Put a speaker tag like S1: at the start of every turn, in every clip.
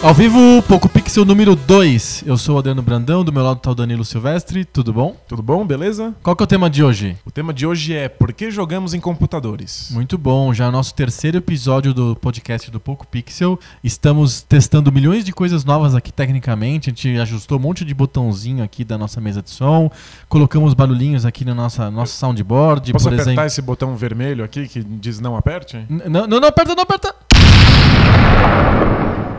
S1: Ao vivo, Poco Pixel número 2. Eu sou o Adriano Brandão, do meu lado tá o Danilo Silvestre, tudo bom?
S2: Tudo bom? Beleza?
S1: Qual que é o tema de hoje?
S2: O tema de hoje é Por que jogamos em computadores?
S1: Muito bom, já é o nosso terceiro episódio do podcast do Poco Pixel. Estamos testando milhões de coisas novas aqui tecnicamente. A gente ajustou um monte de botãozinho aqui da nossa mesa de som, colocamos barulhinhos aqui na nossa nosso soundboard,
S2: Posso
S1: por
S2: apertar
S1: exemplo.
S2: esse botão vermelho aqui que diz não aperte?
S1: N- Não, não, não aperta, não aperta.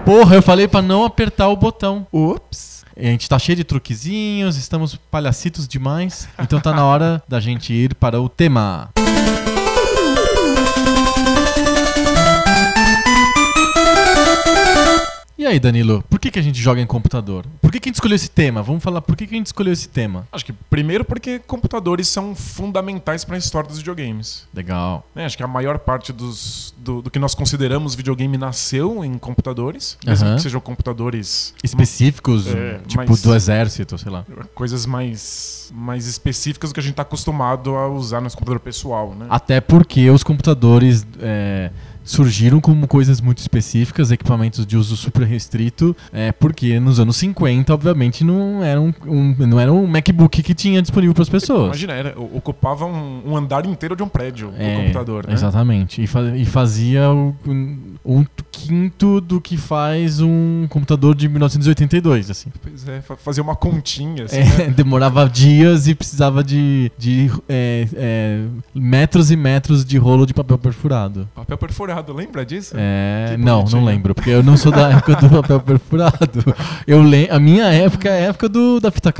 S1: Porra, eu falei pra não apertar o botão.
S2: Ups.
S1: E a gente tá cheio de truquezinhos, estamos palhacitos demais, então tá na hora da gente ir para o tema. E aí, Danilo, por que, que a gente joga em computador? Por que, que a gente escolheu esse tema? Vamos falar por que, que a gente escolheu esse tema.
S2: Acho que primeiro porque computadores são fundamentais para a história dos videogames.
S1: Legal.
S2: né? Acho que a maior parte dos- do, do que nós consideramos videogame nasceu em computadores, mesmo
S1: Aham.
S2: que sejam computadores
S1: Específicos,
S2: É,
S1: tipo
S2: mas-
S1: do exército, sei lá.
S2: coisas mais, mais específicas do que a gente está acostumado a usar no nosso computador pessoal, né?
S1: Até porque os computadores é, surgiram como coisas muito específicas, equipamentos de uso super restrito, é, porque nos anos 50, obviamente, não era um, um- não era um MacBook que tinha disponível para as pessoas.
S2: Imagina, era, o- ocupava um, um andar inteiro de um prédio o
S1: É,
S2: computador, né?
S1: Exatamente. E, fa- e fazia o- um, um quinto do que faz um computador de 1982, assim.
S2: Pois é, fa- fazer uma continha, assim, né?
S1: É, demorava dias e precisava de, de é, é, metros e metros de rolo de papel perfurado.
S2: Papel perfurado, lembra disso?
S1: É,
S2: Tá. Que
S1: não, não
S2: bonitinho.
S1: lembro, porque eu não sou da época do papel perfurado. Eu lem a minha época é a época do, da fita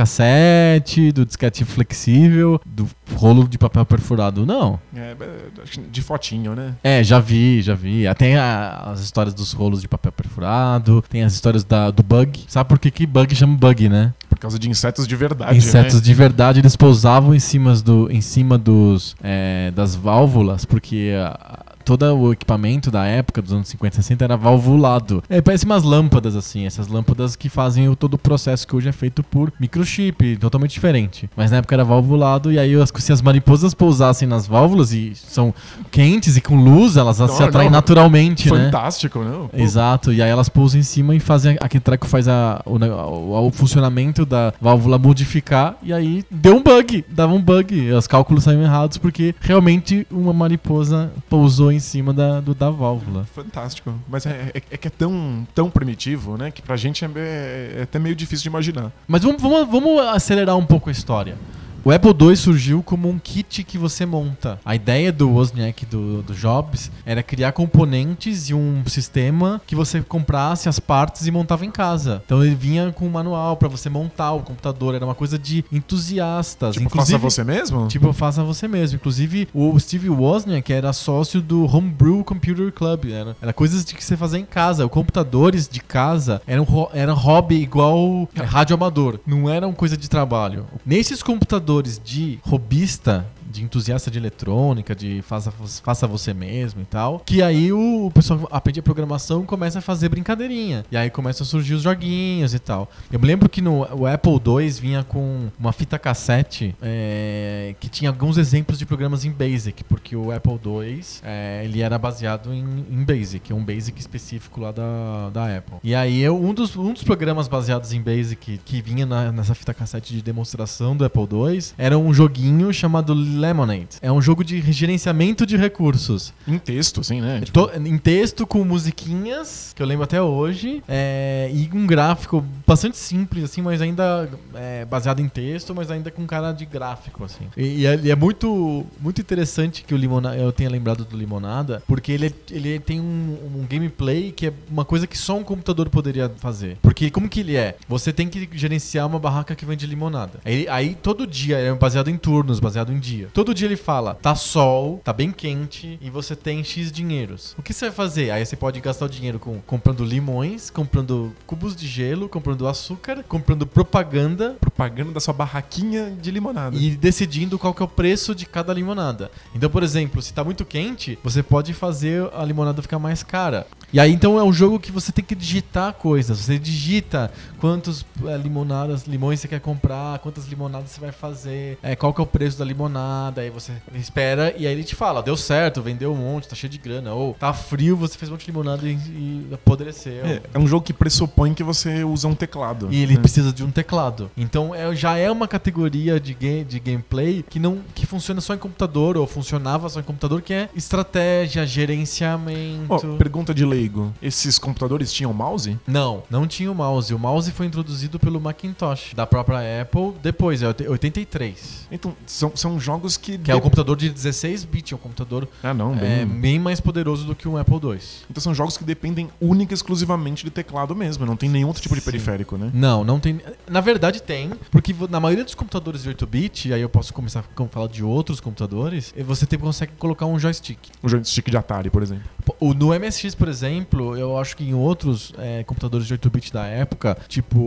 S1: cassete, do disquete flexível, do rolo de papel perfurado, não.
S2: É, é, acho que de fotinho, né?
S1: É, já vi, já vi. Ah, Tem a- as histórias dos rolos de papel perfurado, tem as histórias da, do bug. Sabe por que, que bug chama bug, né?
S2: Por causa de insetos de verdade,
S1: Insetos
S2: né?
S1: de verdade, eles pousavam em cima, do, em cima dos, é, das válvulas, porque ah, todo o equipamento da época, dos anos 50 e 60, era valvulado. É, parece umas lâmpadas, assim, essas lâmpadas que fazem o, todo o processo que hoje é feito por microchip, totalmente diferente. Mas na época era valvulado, e aí as, se as mariposas pousassem nas válvulas e são quentes e com luz, elas se
S2: Não,
S1: atraem
S2: não.
S1: naturalmente, né?
S2: Fantástico, né? Pô,
S1: Exato, e aí elas pousam em cima e fazem. A Kentraco faz a, o, neg- o- o funcionamento da válvula modificar, e aí deu um bug, dava um bug. Os cálculos saíram errados porque realmente uma mariposa pousou em cima da, do- da válvula.
S2: Fantástico. Mas é, é- é que é tão, tão primitivo, né? Que pra gente é, é- é até meio difícil de imaginar.
S1: Mas vamos, vamos, vamos acelerar um pouco a história. O Apple II surgiu como um kit que você monta. A ideia do Wozniak, do, do Jobs, era criar componentes e um sistema que você comprasse as partes e montava em casa. Então ele vinha com um manual pra você montar o computador. Era uma coisa de entusiastas.
S2: Tipo, faça
S1: Inclusive,
S2: você mesmo?
S1: Tipo, faça você mesmo. Inclusive, o Steve Wozniak era sócio do Homebrew Computer Club. Era, era coisas de que você fazia em casa. O computadores de casa eram ro- era hobby igual é, rádio amador. Não era uma coisa de trabalho. Nesses computadores de robista, de entusiasta de eletrônica, de faça, faça você mesmo e tal, que aí o, o pessoal aprende a programação e começa a fazer brincadeirinha. E aí começam a surgir os joguinhos e tal. Eu me lembro que no o Apple II vinha com uma fita cassete é, que tinha alguns exemplos de programas em Basic, porque o Apple II é, ele era baseado em, em Basic, um Basic específico lá da, da Apple. E aí eu- um, dos, um dos programas baseados em Basic que, que vinha na- nessa fita cassete de demonstração do Apple II era um joguinho chamado Lemonade. É um jogo de gerenciamento de recursos.
S2: Em texto, assim, né? Tipo,
S1: é To- em texto com musiquinhas, que eu lembro até hoje, é, e um gráfico bastante simples, assim, mas ainda é, baseado em texto, mas ainda com cara de gráfico, assim. E, e é, e é muito, muito interessante que o Limonada, eu tenha lembrado do Limonada, porque ele, é, ele tem um, um gameplay que é uma coisa que só um computador poderia fazer. Porque como que ele é? Você tem que gerenciar uma barraca que vende limonada. Aí, aí todo dia, é baseado em turnos, baseado em dia. Todo dia ele fala, tá sol, tá bem quente e você tem X dinheiros. O que você vai fazer? Aí você pode gastar o dinheiro com comprando limões, comprando cubos de gelo, comprando açúcar, comprando propaganda pro
S2: pagando da sua barraquinha de limonada.
S1: e decidindo qual que é o preço de cada limonada. Então, por exemplo, se tá muito quente, você pode fazer a limonada ficar mais cara. E aí, então, é um jogo que você tem que digitar coisas. Você digita quantos eh, limonadas, limões você quer comprar, quantas limonadas você vai fazer, eh, qual que é o preço da limonada. Aí você espera e aí ele te fala, deu certo, vendeu um monte, tá cheio de grana. Ou tá frio, você fez um monte de limonada e, e apodreceu.
S2: É, é um jogo que pressupõe que você usa um teclado.
S1: E ele
S2: né?
S1: precisa de um teclado. Então é- já é uma categoria de, ga- de gameplay que não que funciona só em computador, ou funcionava só em computador, que é estratégia, gerenciamento.
S2: Ó, pergunta de leigo. Esses computadores tinham mouse?
S1: Não, não tinha o mouse. O mouse foi introduzido pelo Macintosh, da própria Apple, depois, é 83.
S2: Então, são, são jogos que...
S1: Que é o
S2: de-
S1: computador de 16 bits, é um computador
S2: Ah, Uhum. não, bem...
S1: é, bem mais poderoso do que um Apple II.
S2: Então são jogos que dependem única e exclusivamente de teclado mesmo. Não tem nenhum outro tipo de
S1: Sim.
S2: periférico, né?
S1: Não, não tem. Na verdade tem, porque vo- na maioria dos computadores de 8-bit, aí eu posso começar a falar de outros computadores, e você tem- consegue colocar um joystick.
S2: Um joystick de Atari, por exemplo.
S1: Pô, o- No MSX, por exemplo, eu acho que em outros eh, computadores de 8-bit da época, tipo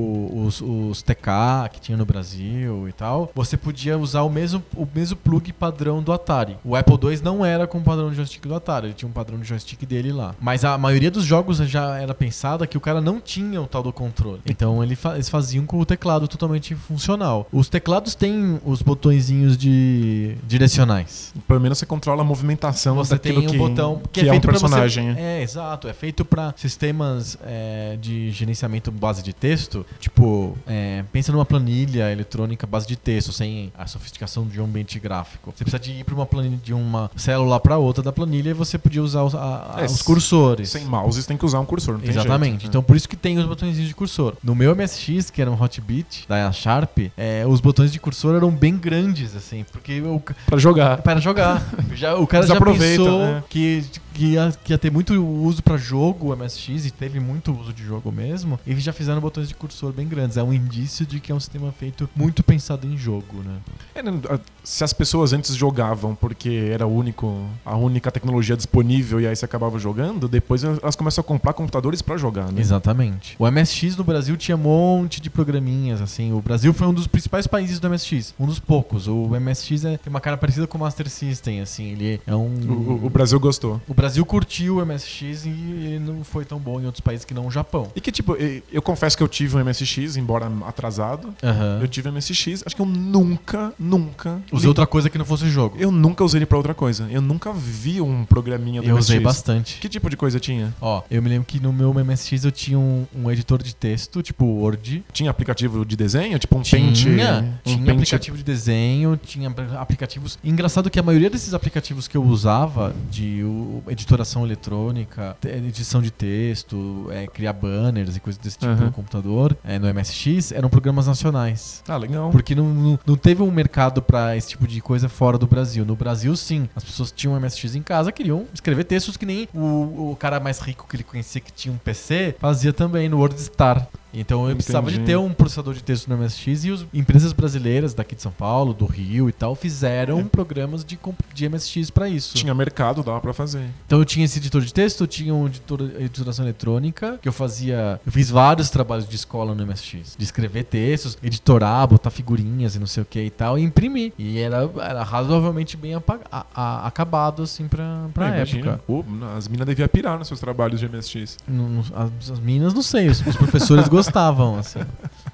S1: os, os TK que tinha no Brasil e tal, você podia usar o mesmo, o mesmo plug padrão do Atari. O Apple II não era com o padrão de joystick do Atari, ele tinha um padrão de joystick dele lá. Mas a maioria dos jogos já era pensada que o cara não tinha o tal do controle. Então ele fa- eles faziam com o teclado totalmente funcional. Os teclados têm os botõezinhos de direcionais.
S2: Pelo menos você controla a movimentação
S1: Você tem
S2: daquilo
S1: um
S2: que,
S1: botão
S2: que,
S1: é,
S2: é, um
S1: feito pra
S2: personagem.
S1: Você... É, exato. É feito para sistemas é, de gerenciamento base de texto. Tipo, é, pensa numa planilha eletrônica base de texto, sem a sofisticação de um ambiente gráfico. Você precisa de ir para uma planilha de uma célula para outra da planilha e você podia usar os, a- a-
S2: É,
S1: os cursores.
S2: Sem mouse, você tem que usar um cursor, não tem
S1: Exatamente.
S2: jeito.
S1: então, por isso que tem os botõezinhos de cursor. No meu MSX, que era um Hotbit da Sharp, é, os botões de cursor eram bem grandes, assim, porque o, ca-
S2: Pra jogar.
S1: para jogar. Já- o cara
S2: Eles
S1: já
S2: aproveitam,
S1: pensou
S2: né?
S1: que, que, ia, que ia ter muito uso pra jogo o MSX, e teve muito uso de jogo mesmo, e eles já fizeram botões de cursor bem grandes. É um indício de que é um sistema feito muito pensado em jogo, né?
S2: É, né, a- Se as pessoas antes jogavam porque era o único, a única tecnologia disponível e aí você acabava jogando, depois elas começam a comprar computadores pra jogar, né?
S1: Exatamente. O MSX no Brasil tinha um monte de programinhas, assim. O Brasil foi um dos principais países do MSX, um dos poucos. O MSX é- tem uma cara parecida com o Master System, assim. Ele é um...
S2: O, o- o Brasil gostou.
S1: O Brasil curtiu o MSX e ele não foi tão bom em outros países que não o Japão.
S2: E que tipo, e- eu confesso que eu tive um MSX, embora atrasado.
S1: Aham.
S2: Eu tive um MSX, acho que eu nunca, nunca.
S1: É. Usei outra coisa que não fosse jogo.
S2: Eu nunca usei ele pra outra coisa. Eu nunca vi um programinha do
S1: Eu
S2: MSX.
S1: usei bastante.
S2: Que tipo de coisa tinha?
S1: Ó, eu me lembro que no meu MSX eu tinha um, um editor de texto, tipo Word.
S2: Tinha aplicativo de desenho? Tipo um pente.
S1: tinha
S2: Um
S1: tinha
S2: pente.
S1: aplicativo de desenho, tinha apl- aplicativos. Engraçado que a maioria desses aplicativos que eu usava, de o- editoração eletrônica, te- edição de texto, é, criar banners e coisas desse tipo
S2: Aham.
S1: no computador, é, no MSX, eram programas nacionais.
S2: Ah, legal.
S1: Porque não, não, não teve um mercado pra esse tipo de coisa fora do Brasil. No Brasil, sim. As pessoas tinham um MSX em casa, queriam escrever textos que nem o, o cara mais rico que ele conhecia que tinha um PC fazia também no WordStar. Então eu precisava de
S2: Entendi.
S1: ter um processador de texto no MSX e as empresas brasileiras daqui de São Paulo, do Rio e tal, fizeram
S2: É.
S1: programas de, comp- de MSX pra isso.
S2: Tinha mercado, dava pra fazer.
S1: Então eu tinha esse editor de texto, eu tinha um editor editoração eletrônica, que eu fazia. Eu fiz vários trabalhos de escola no MSX. De escrever textos, editorar, botar figurinhas e não sei o que e tal, e imprimir. E era, era razoavelmente bem apa- a- a- acabado, assim, pra, pra
S2: Ah,
S1: época.
S2: imagina. Pô, as minas deviam pirar nos seus trabalhos de MSX.
S1: Não- não- as, as meninas, não sei, os, os professores gostavam, assim.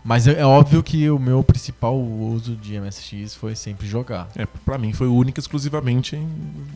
S1: Mas é, é óbvio que o meu principal uso de MSX foi sempre jogar.
S2: É, pra mim foi única e exclusivamente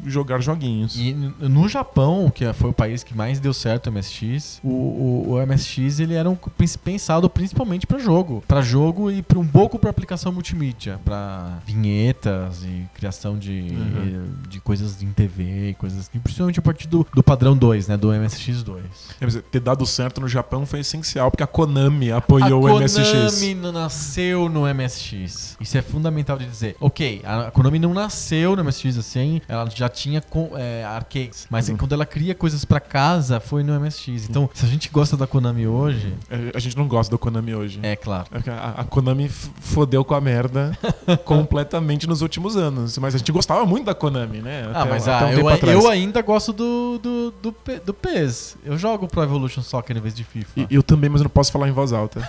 S2: jogar joguinhos.
S1: E n- no Japão, que é, foi o país que mais deu certo o MSX, o, o- o MSX ele era um pens- pensado principalmente para jogo, para jogo e pra um pouco para aplicação multimídia, para vinhetas e criação de,
S2: Uhum.
S1: de coisas em TV e coisas assim, principalmente a partir do, do padrão 2, né, do MSX 2.
S2: Quer dizer, ter dado certo no Japão foi essencial, porque a Konami apoiou
S1: a
S2: o
S1: Konami
S2: MSX.
S1: não nasceu no MSX. Isso é fundamental de dizer. Ok, a Konami não nasceu no MSX assim, ela já tinha com, é, arcades. Mas
S2: Uhum.
S1: quando ela cria coisas pra casa, foi no MSX. Então, se a gente gosta da Konami hoje,
S2: É, A gente não gosta da Konami hoje.
S1: é claro.
S2: A, a Konami f- fodeu com a merda completamente nos últimos anos. Mas a gente gostava muito da Konami, né?
S1: Ah,
S2: Até-
S1: mas
S2: até um
S1: ah,
S2: tempo
S1: eu,
S2: atrás.
S1: eu ainda gosto do, do, do, P- do PES. Eu jogo Pro Evolution Soccer em vez de FIFA.
S2: E- Eu também, mas eu não posso falar em voz alta.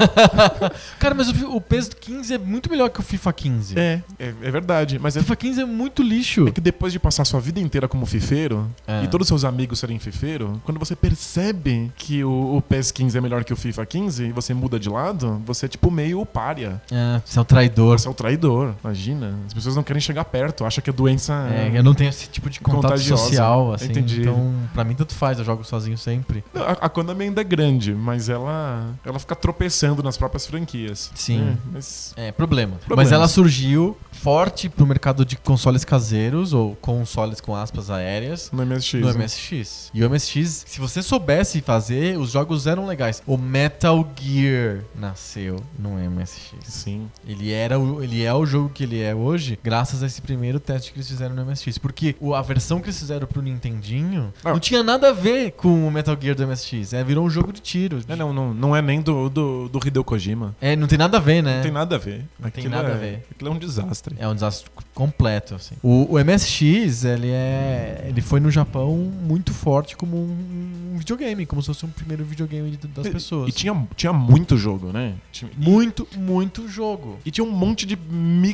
S1: Cara, mas o, fi- o PES do 15 é muito melhor que o FIFA 15.
S2: é, é, é verdade. Mas
S1: O
S2: é,
S1: FIFA 15 é muito lixo.
S2: é que depois de passar sua vida inteira como fifeiro,
S1: É.
S2: e todos seus amigos serem fifeiro, quando você percebe que o, o PES 15 é melhor que o FIFA 15 e você muda de lado, você é tipo meio o pária.
S1: É, você é um traidor.
S2: Você é o traidor, imagina. As pessoas não querem chegar perto, acham que é doença.
S1: É, eu não tenho esse tipo de contato
S2: Contagiosa.
S1: social, assim.
S2: Entendi.
S1: Então, pra mim, tanto faz, eu jogo sozinho sempre.
S2: Não, a, a Konami ainda é grande, mas ela, ela fica tropeçando nas próprias franquias.
S1: Sim.
S2: É, mas
S1: É, problema. Mas
S2: Problemas.
S1: ela surgiu forte pro mercado de consoles caseiros, ou consoles com aspas aéreas,
S2: no MSX.
S1: no
S2: né?
S1: MSX. E o MSX, se você soubesse fazer, os jogos eram legais. O Metal Gear nasceu no MSX.
S2: Sim.
S1: Ele, era o- ele é o jogo que ele é hoje, graças a esse primeiro teste que eles fizeram no MSX. Porque o- a versão que eles fizeram pro Nintendinho
S2: Ah.
S1: não tinha nada a ver com o Metal Gear do MSX. É, virou um jogo de tiro.
S2: É, não, não, não é nem do, do, do Hideo Kojima.
S1: É, não tem nada a ver, né?
S2: Não tem nada a ver. Não
S1: tem nada
S2: é,
S1: a ver.
S2: Aquilo é um desastre.
S1: É um desastre completo, assim. O, o MSX, ele é. Ele foi no Japão muito forte como um, um videogame, como se fosse um primeiro videogame de- das
S2: E-
S1: pessoas.
S2: E, tinha, tinha muito jogo, né? Tinha- e-
S1: muito, muito jogo.
S2: E tinha um monte de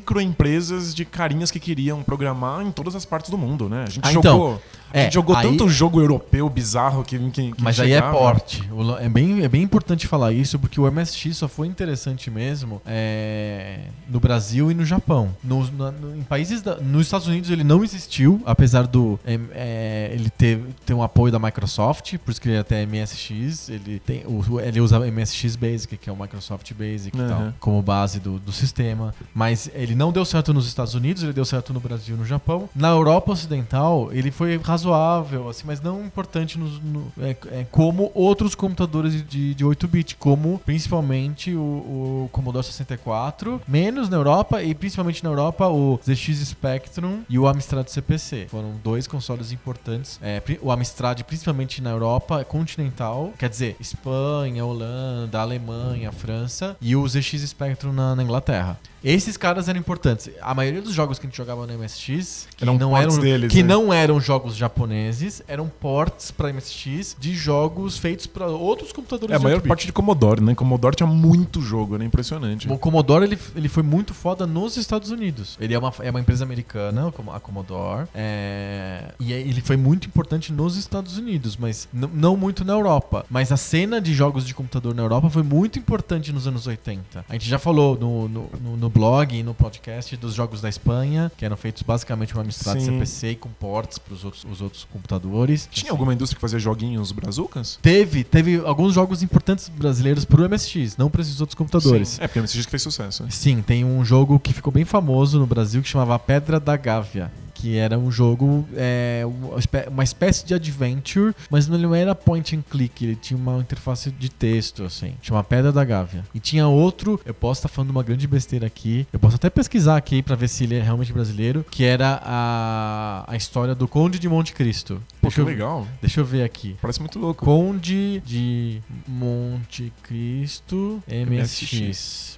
S2: microempresas de carinhas que queriam programar em todas as partes do mundo, né? A gente
S1: Ah, então.
S2: jogou, a gente jogou
S1: aí-
S2: tanto jogo europeu bizarro que, que, que né?
S1: Mas aí é
S2: chegava.
S1: porte. O lan- É bem, é bem importante falar isso, porque o MSX só foi interessante mesmo é, no Brasil e no Japão. Nos, na- no- em países da- nos Estados Unidos ele não existiu, apesar do em, é, ele ter, ter um apoio da Microsoft, por isso que ele é até MSX. Ele, tem, o- o- ele usa MSX Basic, que é o Microsoft Basic e
S2: Uhum.
S1: tal, como base do, do sistema. Mas ele não deu certo nos Estados Unidos, ele deu certo no Brasil e no Japão. Na Europa Ocidental, ele foi razoável, assim, mas não importante nos, no- é, é, como outros computadores de- de, de 8-bit, como principalmente o, o Commodore 64, menos na Europa, e principalmente na Europa o ZX Spectrum e o Amstrad CPC. Foram dois consoles importantes. É, pri- o Amstrad, principalmente na Europa continental, quer dizer, Espanha, Holanda, Alemanha, França, e o ZX Spectrum na, na Inglaterra. Esses caras eram importantes. A maioria dos jogos que a gente jogava no MSX, que,
S2: Eram
S1: não,
S2: ports
S1: eram,
S2: deles,
S1: que
S2: né?
S1: não eram jogos japoneses, eram ports para MSX de jogos feitos para outros computadores
S2: É a
S1: de
S2: maior
S1: 8-bit.
S2: parte de Commodore, né? Commodore tinha muito jogo, era impressionante.
S1: O Commodore ele, ele foi muito foda nos Estados Unidos. Ele é uma, é uma empresa americana, a Com- a Commodore. é, e aí ele foi muito importante nos Estados Unidos, mas n- não muito na Europa. Mas a cena de jogos de computador na Europa foi muito importante nos anos 80. A gente já falou no, no, no- no blog e no podcast dos jogos da Espanha, que eram feitos basicamente com Amstrad
S2: Sim.
S1: CPC e com ports para os outros, os outros computadores.
S2: Tinha alguma indústria que fazia joguinhos brazucas?
S1: Teve, teve alguns jogos importantes brasileiros pro MSX, não para esses outros computadores.
S2: Sim. É, porque o MSX que fez sucesso.
S1: Sim, tem um jogo que ficou bem famoso no Brasil que chamava Pedra da Gávea. Que era um jogo, é, uma espé- uma espécie de adventure, mas ele não era point and click, ele tinha uma interface de texto, assim. Chama Pedra da Gávea. E tinha outro, eu posso estar falando uma grande besteira aqui, eu posso até pesquisar aqui pra ver se ele é realmente brasileiro, que era a, a história do Conde de Monte Cristo.
S2: Pô, que
S1: eu-
S2: legal.
S1: Deixa eu ver aqui.
S2: Parece muito louco.
S1: Conde de Monte Cristo MSX.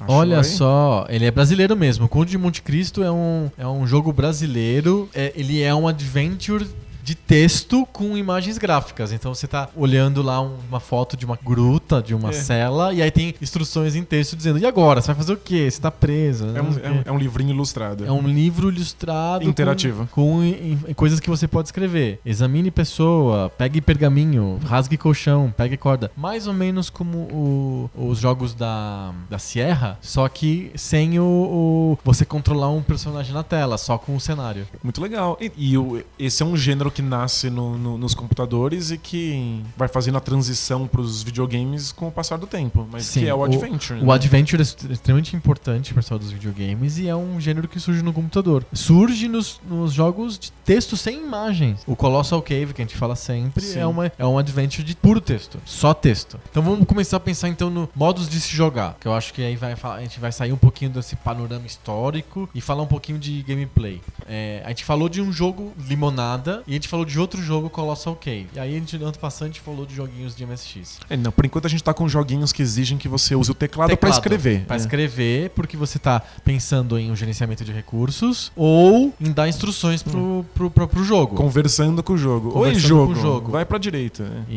S2: Achou
S1: Olha
S2: aí?
S1: só, ele é brasileiro mesmo. O Conde de Monte Cristo é um, é um jogo brasileiro. É- ele é um adventure de texto com imagens gráficas. Então você tá olhando lá um- uma foto de uma gruta, de uma
S2: É.
S1: cela, e aí tem instruções em texto dizendo: e agora? Você vai fazer o quê? Você tá preso? né?
S2: É um, é um- é um livrinho ilustrado.
S1: É um livro ilustrado.
S2: Interativo.
S1: Com, com em- em coisas que você pode escrever. Examine pessoa, pegue pergaminho, rasgue colchão, pegue corda. Mais ou menos como o- os jogos da, da Sierra, só que sem o, o- você controlar um personagem na tela, só com o cenário.
S2: Muito legal. E, e o- esse é um gênero que nasce no- no- nos computadores e que vai fazendo a transição pros videogames com o passar do tempo. Mas
S1: Sim,
S2: que é o
S1: o-
S2: Adventure.
S1: O
S2: né?
S1: Adventure é est- extremamente importante para pessoal dos videogames e é um gênero que surge no computador. Surge nos, nos jogos de texto sem imagens. O Colossal Cave, que a gente fala sempre,
S2: Sim.
S1: é, uma, é um Adventure de puro texto, só texto. Então vamos começar a pensar então no modos de se jogar, que eu acho que aí vai, fa- a gente vai sair um pouquinho desse panorama histórico e falar um pouquinho de gameplay. É, a gente falou de um jogo Limonada e a gente falou de outro jogo Colossal Cave. E aí a gente, no ano passado, a gente falou de joguinhos de MSX.
S2: É, não, por enquanto a gente tá com joguinhos que exigem que você use o teclado, pra para escrever.
S1: Pra
S2: É.
S1: escrever, porque você tá pensando em um gerenciamento de recursos ou em dar instruções pro, pro próprio jogo.
S2: Conversando com o jogo. Oi,
S1: Conversando
S2: jogo.
S1: com o jogo.
S2: Vai pra direita. é.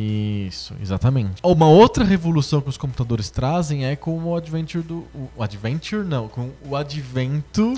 S1: Isso, exatamente. Uma outra revolução que os computadores trazem é com o Adventure do. O Adventure não, com o advento.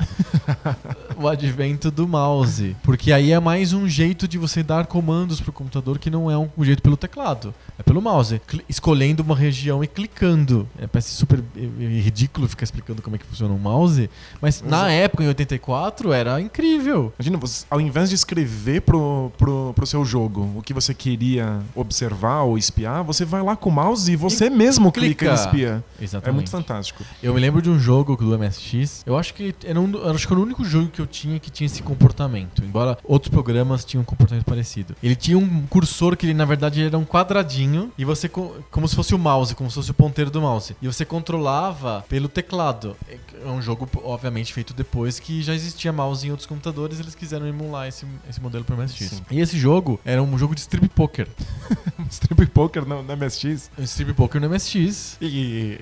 S1: o advento do mouse. Porque aí é mais um jeito de você dar comandos pro computador que não é um jeito pelo teclado. É pelo mouse. Cli- escolhendo uma região e clicando. É, parece super eh, eh, ridículo ficar explicando como é que funciona o mouse. Mas na
S2: é
S1: época, em 84, era incrível.
S2: Imagina, você, ao invés de escrever pro, pro, pro seu jogo o que você queria observar ou espiar, você vai lá com o mouse e você mesmo clica,
S1: clica.
S2: e espia.
S1: Exatamente.
S2: É muito fantástico.
S1: Eu me lembro de um jogo do MSX. Eu acho que era um, do- eu acho que era o único jogo que eu tinha que tinha esse comportamento. Embora outros programas tinham um comportamento parecido. Ele tinha um cursor que ele, na verdade era um quadradinho e você co- como se fosse o mouse, como se fosse o ponteiro do mouse. E você controlava pelo teclado. É um jogo obviamente feito depois que já existia mouse em outros computadores, eles quiseram emular esse, esse modelo para MSX.
S2: Sim.
S1: E esse jogo era um jogo de strip poker.
S2: Strip poker no, no MSX.
S1: Um strip poker no MSX.
S2: E,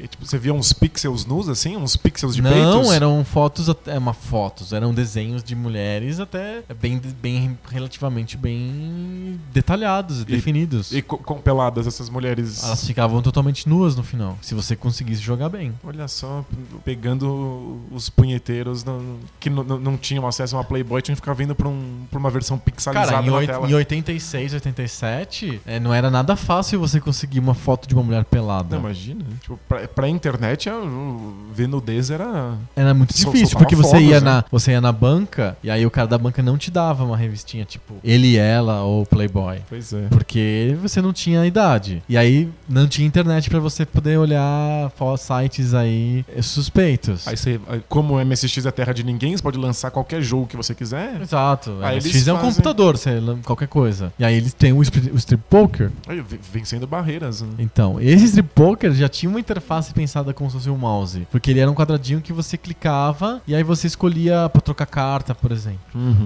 S2: e, tipo, você via uns pixels nus, assim? Uns pixels de
S1: não,
S2: peitos?
S1: eram fotos, até- é uma fotos, eram desenhos de mulheres até bem, bem relativamente bem detalhados e, definidos.
S2: E co- com peladas essas mulheres.
S1: Elas ficavam totalmente nuas no final, se você conseguisse jogar bem.
S2: Olha só, p- pegando os punheteiros no- que não- não não tinham acesso a uma Playboy, tinham que ficar vindo pra, um- pra uma versão pixelizada
S1: Cara, em,
S2: na
S1: oit-
S2: tela.
S1: em 86, 87, é, não era nada fácil você conseguir uma foto de uma mulher pelada.
S2: Não, imagina. Tipo, pra, pra internet, a- o- ver nudez era.
S1: Era muito
S2: Sol-
S1: difícil,
S2: soltava
S1: porque você
S2: fogos,
S1: ia
S2: né?
S1: na você ia na banca e aí o cara da banca não te dava uma revistinha tipo ele, ela ou Playboy.
S2: Pois é.
S1: Porque você não tinha idade. E aí não tinha internet pra você poder olhar fo- sites aí eh, suspeitos.
S2: Aí você, aí, como o MSX é terra de ninguém, você pode lançar qualquer jogo que você quiser.
S1: Exato. Aí
S2: Aí eles
S1: é um
S2: fazem-
S1: computador, você lan- qualquer coisa. E aí eles têm o, stri- o strip poker.
S2: Aí, v- vencendo barreiras. né?
S1: Então, esse strip poker já tinha uma interface pensada como se fosse um mouse. Porque ele era um quadradinho que você clicava e aí você escolhia pra trocar carta, por exemplo.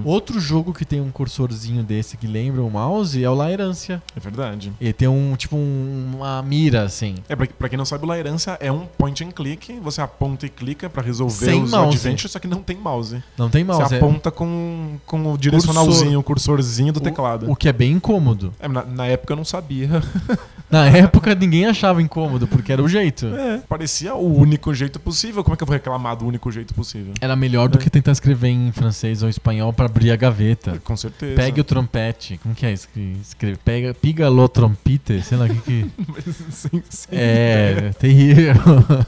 S1: Outro jogo que tem um cursorzinho desse que lembra o mouse é o Laerância.
S2: É verdade.
S1: Ele tem um, tipo, um- uma mira, assim.
S2: É, pra, pra quem não sabe, o Laerância é um point and click. Você aponta e clica pra resolver
S1: Sem
S2: os
S1: mouse.
S2: adventures, só que não tem mouse.
S1: Não tem mouse.
S2: você
S1: é-
S2: aponta com, com o direcionalzinho, o cursorzinho do
S1: O-
S2: teclado.
S1: O que é bem incômodo.
S2: É, na, na época eu não sabia.
S1: Na época ninguém achava incômodo, porque era o jeito.
S2: É. Parecia o único jeito possível. Como é que eu vou reclamar do único jeito possível?
S1: Era melhor do que tentar escrever em francês ou espanhol pra abrir a gaveta.
S2: Com certeza.
S1: Tá. Pegue o trompete. Como que é isso? que Escreve, pega, piga lo trompite. Sei lá o que que...
S2: Sim, sim.
S1: É, terrível.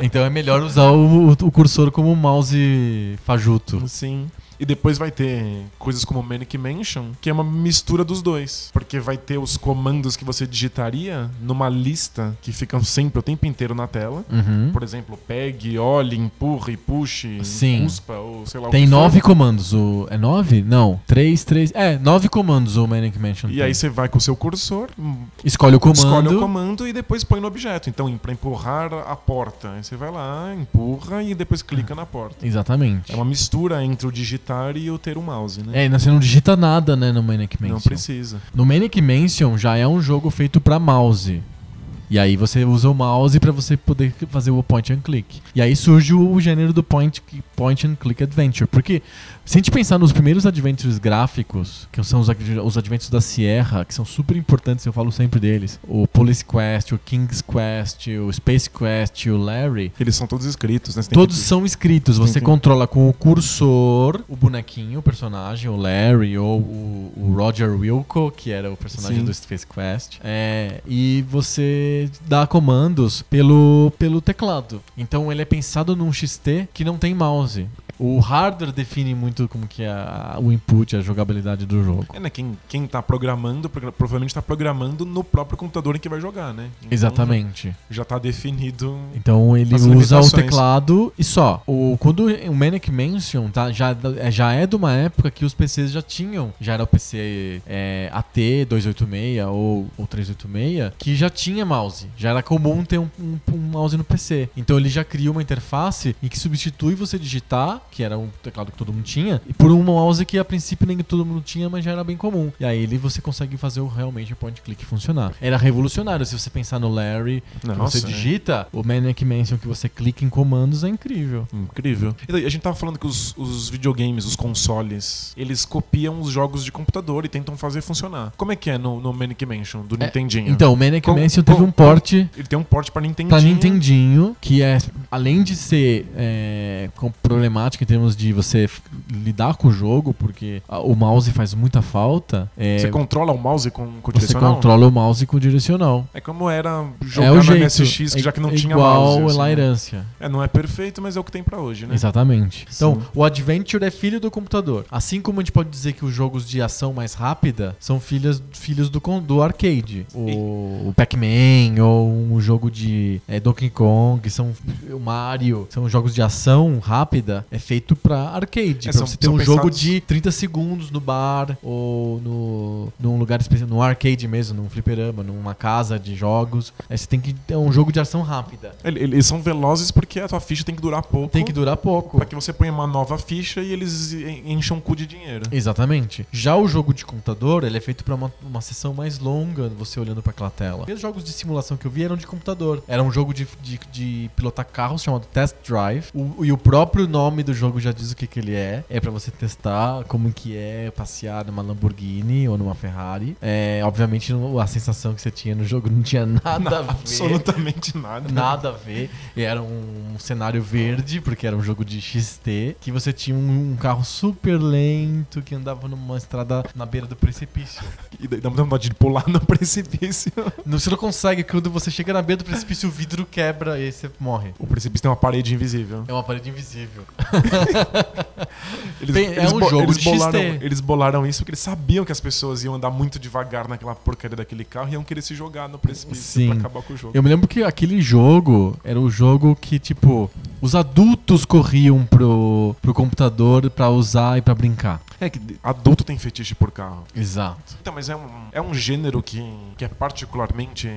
S1: então é melhor usar o, o cursor como um mouse fajuto.
S2: Sim. E depois vai ter coisas como Manic Mansion, que é uma mistura dos dois. Porque vai ter os comandos que você digitaria numa lista que ficam sempre o tempo inteiro na tela.
S1: Uhum.
S2: Por exemplo, pegue, olhe, empurre, puxe,
S1: Sim.
S2: cuspa, ou sei lá o
S1: Tem
S2: que for.
S1: nove comandos. O... É nove? Não. Três, três... É, nove comandos o Manic Mansion
S2: E
S1: tem.
S2: aí você vai com o seu cursor,
S1: Escolhe o comando.
S2: escolhe o comando e depois põe no objeto. Então, pra empurrar a porta. Aí você vai lá, empurra e depois
S1: Ah.
S2: clica na porta.
S1: Exatamente.
S2: É uma mistura entre o digitar e o ter o mouse, né?
S1: É, não- você não digita nada, né, no Manic Mansion.
S2: Não precisa.
S1: No Manic Mansion já é um jogo feito pra mouse. E aí você usa o mouse pra você poder fazer o point and click. E aí surge o gênero do point, point and click adventure. Porque se a gente pensar nos primeiros adventures gráficos, que são os, ad- os adventures da Sierra, que são super importantes, eu falo sempre deles. O Police Quest, o King's Quest, o Space Quest, o Larry.
S2: Eles são todos escritos, né? Você tem
S1: Todos
S2: que-
S1: são escritos. Você
S2: Entendi.
S1: controla com o cursor o bonequinho, o personagem, o Larry ou o, o Roger Wilco, que era o personagem
S2: Sim.
S1: do Space Quest. É, e você dá comandos pelo, pelo teclado. Então ele é pensado num XT que não tem mouse. O hardware define muito como que é a- o input, a jogabilidade do jogo.
S2: É, né? Quem, quem tá programando, progra- provavelmente tá programando no próprio computador em que vai jogar, né? Então,
S1: Exatamente.
S2: Já tá definido.
S1: Então ele
S2: As
S1: usa o
S2: limitações.
S1: teclado e só. O, quando o Manic Mansion tá, já, é- já é de uma época que os PCs já tinham. Já era o PC é, AT286 ou, ou 386, que já tinha mouse. Já era comum ter um, um- um mouse no PC. Então ele já cria uma interface em que substitui você digitar que era um teclado que todo mundo tinha, e por um mouse que a princípio nem todo mundo tinha, mas já era bem comum. E aí ele você consegue fazer o, realmente o point click funcionar. Era revolucionário, se você pensar no Larry, que
S2: Nossa,
S1: você
S2: é.
S1: digita, o Maniac Mansion que você clica em comandos é incrível.
S2: Incrível. E daí, a gente tava falando que os, os videogames, os consoles, eles copiam os jogos de computador e tentam fazer funcionar. Como é que é no, no Manic Mansion, do Nintendinho?
S1: Então, o Maniac
S2: Com-
S1: Mansion teve
S2: com-
S1: um porte
S2: Ele tem um porte pra Nintendinho.
S1: pra Nintendinho, que é além de ser é, com- problemático em termos de você f- lidar com o jogo, porque a- o mouse faz muita falta, é,
S2: Você controla o mouse com, com o
S1: você
S2: direcional?
S1: controla o mouse com o direcional.
S2: É como era jogar
S1: É o
S2: no
S1: jeito.
S2: MSX, que
S1: É-
S2: já que não
S1: é
S2: tinha
S1: igual
S2: mouse. assim,
S1: a
S2: né?
S1: herança.
S2: É, não é perfeito, mas é o que tem pra hoje, né?
S1: Exatamente. Então,
S2: Sim.
S1: o Adventure é filho do computador. Assim como a gente pode dizer que os jogos de ação mais rápida são filhas, filhos do, con- do arcade. O, o Pac-Man ou um jogo de eh, Donkey Kong, são o Mario, são jogos de ação rápida, é feito pra arcade.
S2: É,
S1: pra
S2: são-
S1: você ter
S2: são
S1: um jogo
S2: pensados-
S1: de 30 segundos no bar ou no, num lugar especial, num arcade mesmo, num fliperama, numa casa de jogos. Aí você tem que ter um jogo de ação rápida.
S2: Ele- Eles são velozes porque a tua ficha tem que durar pouco.
S1: Tem que durar pouco.
S2: Pra que você ponha uma nova ficha e eles en- enchem o cu de dinheiro.
S1: Exatamente. Já o jogo de computador, ele é feito pra uma, uma sessão mais longa, você olhando pra aquela tela. E os jogos de simulação que eu vi eram de computador. Era um jogo de, de, de pilotar carros chamado Test Drive. O, e o próprio nome do jogo já diz o que, que ele é. É pra você testar como que é passear numa Lamborghini ou numa Ferrari. É, obviamente, não- a sensação que você tinha no jogo não tinha nada a ver.
S2: Absolutamente nada.
S1: Nada a ver. E Era um cenário verde, porque era um jogo de XT, que você tinha um, um carro super lento que andava numa estrada na beira do precipício.
S2: E daí dá vontade de pular no precipício.
S1: Não- Você não consegue, quando você chega na beira do precipício, o vidro quebra e aí você morre.
S2: O precipício tem uma parede invisível.
S1: É uma parede invisível.
S2: Eles,
S1: Bem, é um jogo de
S2: bolaram,
S1: XT.
S2: eles bolaram isso porque eles sabiam que as pessoas iam andar muito devagar naquela porcaria daquele carro e iam querer se jogar no precipício
S1: Sim.
S2: pra acabar com o jogo.
S1: Eu me lembro que aquele jogo era o jogo que, tipo, os adultos corriam pro, pro computador pra usar e pra brincar.
S2: É que adulto tem fetiche por carro.
S1: Exato.
S2: Então, mas é um, é um gênero que, que é particularmente